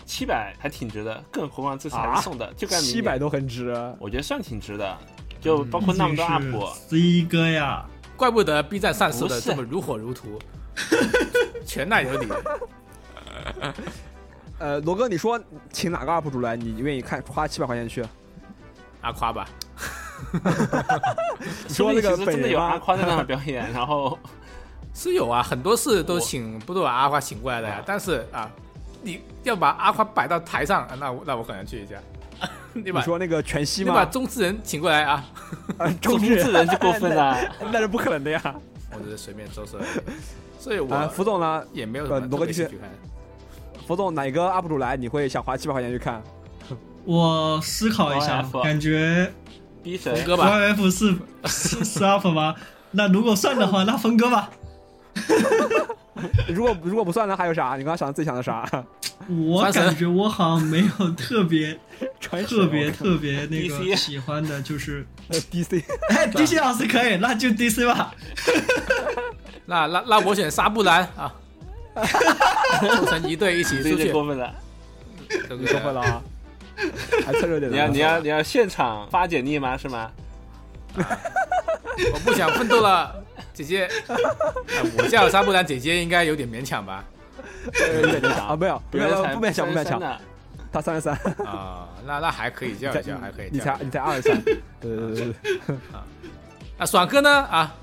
Speaker 4: 七百还挺值的，更何况这次还
Speaker 1: 啊
Speaker 4: 是送的，就干明
Speaker 1: 七
Speaker 4: 年
Speaker 1: 百，嗯都很值，
Speaker 4: 我觉得算挺值的。就包括
Speaker 3: 毕
Speaker 4: 那么
Speaker 3: 竟
Speaker 4: 多
Speaker 3: 是
Speaker 4: UP，
Speaker 3: C 哥呀，
Speaker 2: 怪不得 B 站上市
Speaker 4: 不
Speaker 2: 的
Speaker 4: 是
Speaker 2: 这么如火如荼，全赖有你。
Speaker 1: 呃，罗哥，你说请哪个 UP 主来，你愿意看花七百块钱去？
Speaker 2: 阿夸吧，
Speaker 1: 说
Speaker 4: 说
Speaker 1: 那
Speaker 4: 不定其
Speaker 1: 个
Speaker 4: 实
Speaker 1: 北
Speaker 4: 真的有
Speaker 1: 吗
Speaker 4: 阿夸在那表演，然 后
Speaker 2: 是有啊，很多事都请不都把阿花请过来的呀。但是啊，你要把阿花摆到台上，啊那我那我可能去一下。 你
Speaker 1: 你
Speaker 2: 把
Speaker 1: 说那个全息
Speaker 2: 你把
Speaker 1: 吗？
Speaker 2: 中之人请过来啊，
Speaker 1: 啊，
Speaker 4: 中
Speaker 1: 中
Speaker 4: 之人就过分了。
Speaker 1: 那是不可能的 呀。
Speaker 2: 我只是随便说说而已。所以
Speaker 1: 啊，
Speaker 2: 我
Speaker 1: 福总呢？
Speaker 2: 也没有什
Speaker 1: 呃
Speaker 2: 么
Speaker 1: 罗
Speaker 2: 特
Speaker 1: 哥
Speaker 2: 别
Speaker 1: 继续
Speaker 2: 兴趣看。
Speaker 1: 福总哪个 UP 主来你会想花七百块钱去看？
Speaker 3: 我思考一下
Speaker 4: OF，
Speaker 3: 感觉
Speaker 4: 逼谁？
Speaker 2: 峰哥吧，
Speaker 3: YF 是是是 UP 吗？那如果算的话，那峰哥吧。
Speaker 1: 如果如果不算呢，还有啥？你刚刚想自己想的啥？
Speaker 3: 我
Speaker 2: 翻身
Speaker 3: 感觉我好像没有特别
Speaker 1: 传
Speaker 3: 特别特别那
Speaker 4: DC
Speaker 3: 个喜欢的，就是
Speaker 1: 呃 DC
Speaker 3: 哎，DC 老师可以，那就 DC 吧。
Speaker 2: 那那那我选纱布兰啊，凑成一队一起
Speaker 4: 这
Speaker 2: 出
Speaker 4: 就
Speaker 2: 去，
Speaker 4: 过分了。
Speaker 2: 对不
Speaker 1: 你说回
Speaker 2: 对？
Speaker 1: 了啊？还蹭热点的
Speaker 4: 你要你要你要现场发简历吗？是吗？
Speaker 2: 我不想奋斗了，姐姐。啊我叫纱布兰姐姐应该有点勉强吧？
Speaker 1: 呃有点强啊？没有，没
Speaker 4: 有
Speaker 1: 有，
Speaker 4: 人
Speaker 1: 没
Speaker 4: 才
Speaker 1: 有不勉强，不勉强。
Speaker 4: 33呢。
Speaker 1: 他三十三，
Speaker 2: 啊，那那还可以叫一
Speaker 1: 你
Speaker 2: 叫，还可以
Speaker 1: 你才
Speaker 2: 叫。
Speaker 1: 你才二十 三。对对对对，
Speaker 2: 啊，爽哥呢？啊，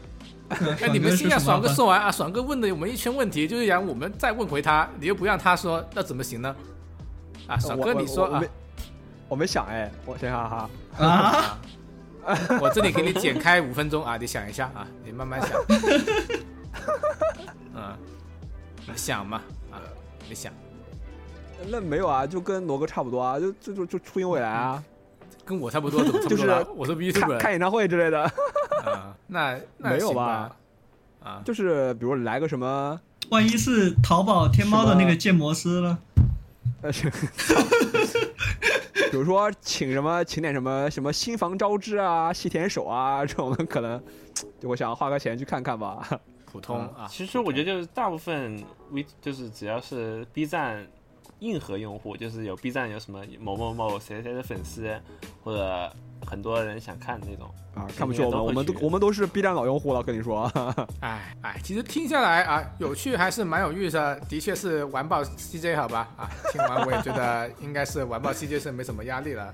Speaker 2: 哎，
Speaker 3: 哎
Speaker 2: 你们
Speaker 3: 是
Speaker 2: 先让
Speaker 3: 什么
Speaker 2: 爽哥
Speaker 3: 吧
Speaker 2: 说完啊。爽哥问了我们一圈问题，就是想我们再问回他，你又不让他说，那怎么行呢？啊，爽
Speaker 1: 我
Speaker 2: 哥，
Speaker 1: 我
Speaker 2: 你说
Speaker 1: 我
Speaker 2: 啊
Speaker 1: 没，我没想哎，我想想哈，
Speaker 3: 啊，
Speaker 2: 我这里给你剪开五分钟啊，你想一下啊，你慢慢想。嗯，你想嘛啊，你想，
Speaker 1: 那没有啊，就跟罗哥差不多啊，就就就就初音未来啊，
Speaker 2: 跟我差不多，怎么差不多了？
Speaker 1: 就
Speaker 2: 我是 B
Speaker 1: 看
Speaker 2: u
Speaker 1: 看演唱会之类的，
Speaker 2: 啊，那那
Speaker 1: 没有
Speaker 2: 行
Speaker 1: 吧？
Speaker 2: 啊，
Speaker 1: 就是比如来个什么
Speaker 3: 万一是淘宝天猫的那个建模师呢？
Speaker 1: 呃， 是比如说请什么，请点什么什么新房招之啊、细田守啊这种，可能就我想花个钱去看看吧。
Speaker 2: 普通啊，
Speaker 4: 其实我觉得就是大部分微就是只要是 B 站硬核用户，就是有 B 站有什么某某某谁谁的粉丝，或者很多人想看那种，
Speaker 1: 啊，看不起我们，我们都
Speaker 4: 应该都会去
Speaker 1: 我们都是 B 站老用户了，跟你说。
Speaker 2: 哎哎，其实听下来啊，有趣还是蛮有意思的，的确是完爆 CJ 好吧？啊，听完我也觉得应该是完爆 CJ 是没什么压力了。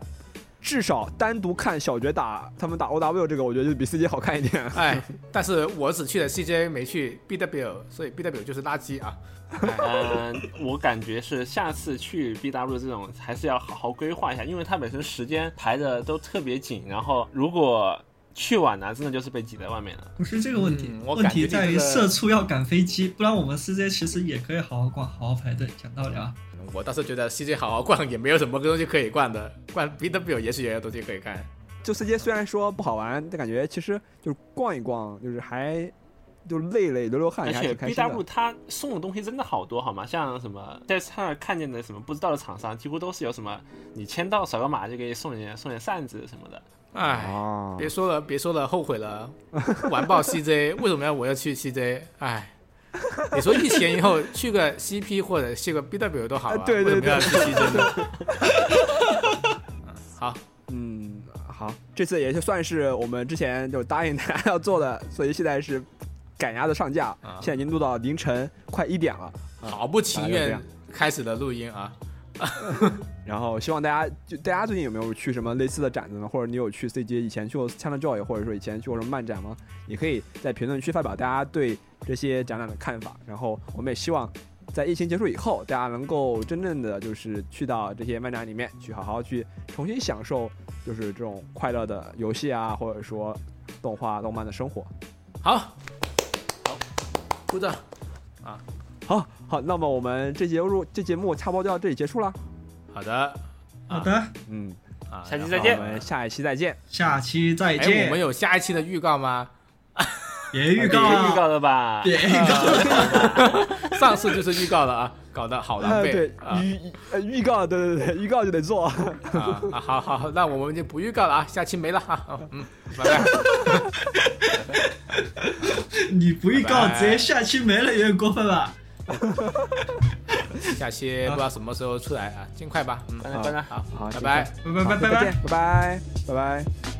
Speaker 1: 至少单独看小觉打他们打 OW 这个，我觉得就比 CJ 好看一点。
Speaker 2: 哎，但是我只去了 CJ，没去 BW，所以 BW 就是垃圾啊。
Speaker 4: 嗯、我感觉是下次去 BW 这种还是要好好规划一下，因为它本身时间排的都特别紧，然后如果去晚了，真的就是被挤在外面了。
Speaker 3: 不是这个问题
Speaker 2: 嗯，我
Speaker 3: 问
Speaker 2: 感觉
Speaker 3: 题在
Speaker 2: 这
Speaker 3: 于
Speaker 2: 个
Speaker 3: 社畜要赶飞机，不然我们 CJ 其实也可以好好逛，好好排队。讲道理啊，
Speaker 2: 我倒是觉得 CJ 好好逛也没有什么东西可以逛的，逛 BW 也许也有东西可以看。
Speaker 1: 就 CJ 虽然说不好玩，但感觉其实就是逛一逛，就是还就累累流流汗，
Speaker 4: 而
Speaker 1: 也还
Speaker 4: 且
Speaker 1: 挺开心
Speaker 4: BW
Speaker 1: 的。
Speaker 4: 它送的东西真的好多，好吗？像什么在上面看见的什么不知道的厂商，几乎都是有什么你签到扫个码就给你送点送点扇子什么的。
Speaker 2: 哎，
Speaker 1: 啊，
Speaker 2: 别说了，别说了，后悔 了，完爆 CJ，为什么要我要去 CJ？哎。你说一前一后去个 CP 或者去个 BW 都好啊，
Speaker 1: 哎对对
Speaker 2: 为什么要去 CJ 呢？嗯好，
Speaker 1: 嗯，好，这次也就算是我们之前就答应大家 要做的，所以现在是赶鸭子上架，
Speaker 2: 啊
Speaker 1: 现在已经录到凌晨快一点了。
Speaker 2: 好不情
Speaker 1: 大概就这
Speaker 2: 愿
Speaker 1: 样
Speaker 2: 开始的录音啊，
Speaker 1: 然后希望大家就大家最近有没有去什么类似的展子呢？或者你有去 CJ 以前去过 China Joy，或者说以前去过什么漫展吗？也可以在评论区发表大家对这些展览的看法。然后我们也希望在疫情结束以后，大家能够真正的就是去到这些漫展里面去，好好去重新享受就是这种快乐的游戏啊，或者说动画、动漫的生活。
Speaker 2: 好，好，鼓掌。
Speaker 1: 好好，那么我们这节目这节目差不多就到这里结束了。
Speaker 2: 好的，
Speaker 3: 好的，
Speaker 1: 嗯，
Speaker 2: 啊，
Speaker 4: 下期
Speaker 2: 然
Speaker 4: 再
Speaker 2: 后
Speaker 1: 那
Speaker 4: 见
Speaker 1: 我们下一期再见。
Speaker 3: 下期再
Speaker 2: 哎，
Speaker 3: 见。
Speaker 2: 我们哎有下一期的预告吗？
Speaker 3: 别预告
Speaker 4: 别预告
Speaker 3: 啊，
Speaker 4: 了吧？
Speaker 3: 别预告，
Speaker 2: 上次就是预告了啊，搞得好狼
Speaker 1: 呃
Speaker 2: 狈
Speaker 1: 对
Speaker 2: 啊，
Speaker 1: 预呃预告，对对对，预告就得做。
Speaker 2: 啊啊！好好，好那我们就不预告了啊，下期没了啊，嗯，拜拜。
Speaker 3: 你不预告
Speaker 2: 拜拜
Speaker 3: 直接下期没了有点过分吧？
Speaker 2: 下期不知道什么时候出来啊，尽快吧，嗯，
Speaker 4: 关了关了。
Speaker 2: 好，
Speaker 1: 好
Speaker 2: 拜
Speaker 1: 尽
Speaker 2: 拜
Speaker 1: 快。
Speaker 3: 拜拜
Speaker 1: 好
Speaker 3: 拜
Speaker 1: 再
Speaker 3: 拜拜
Speaker 1: 见。拜拜，拜拜。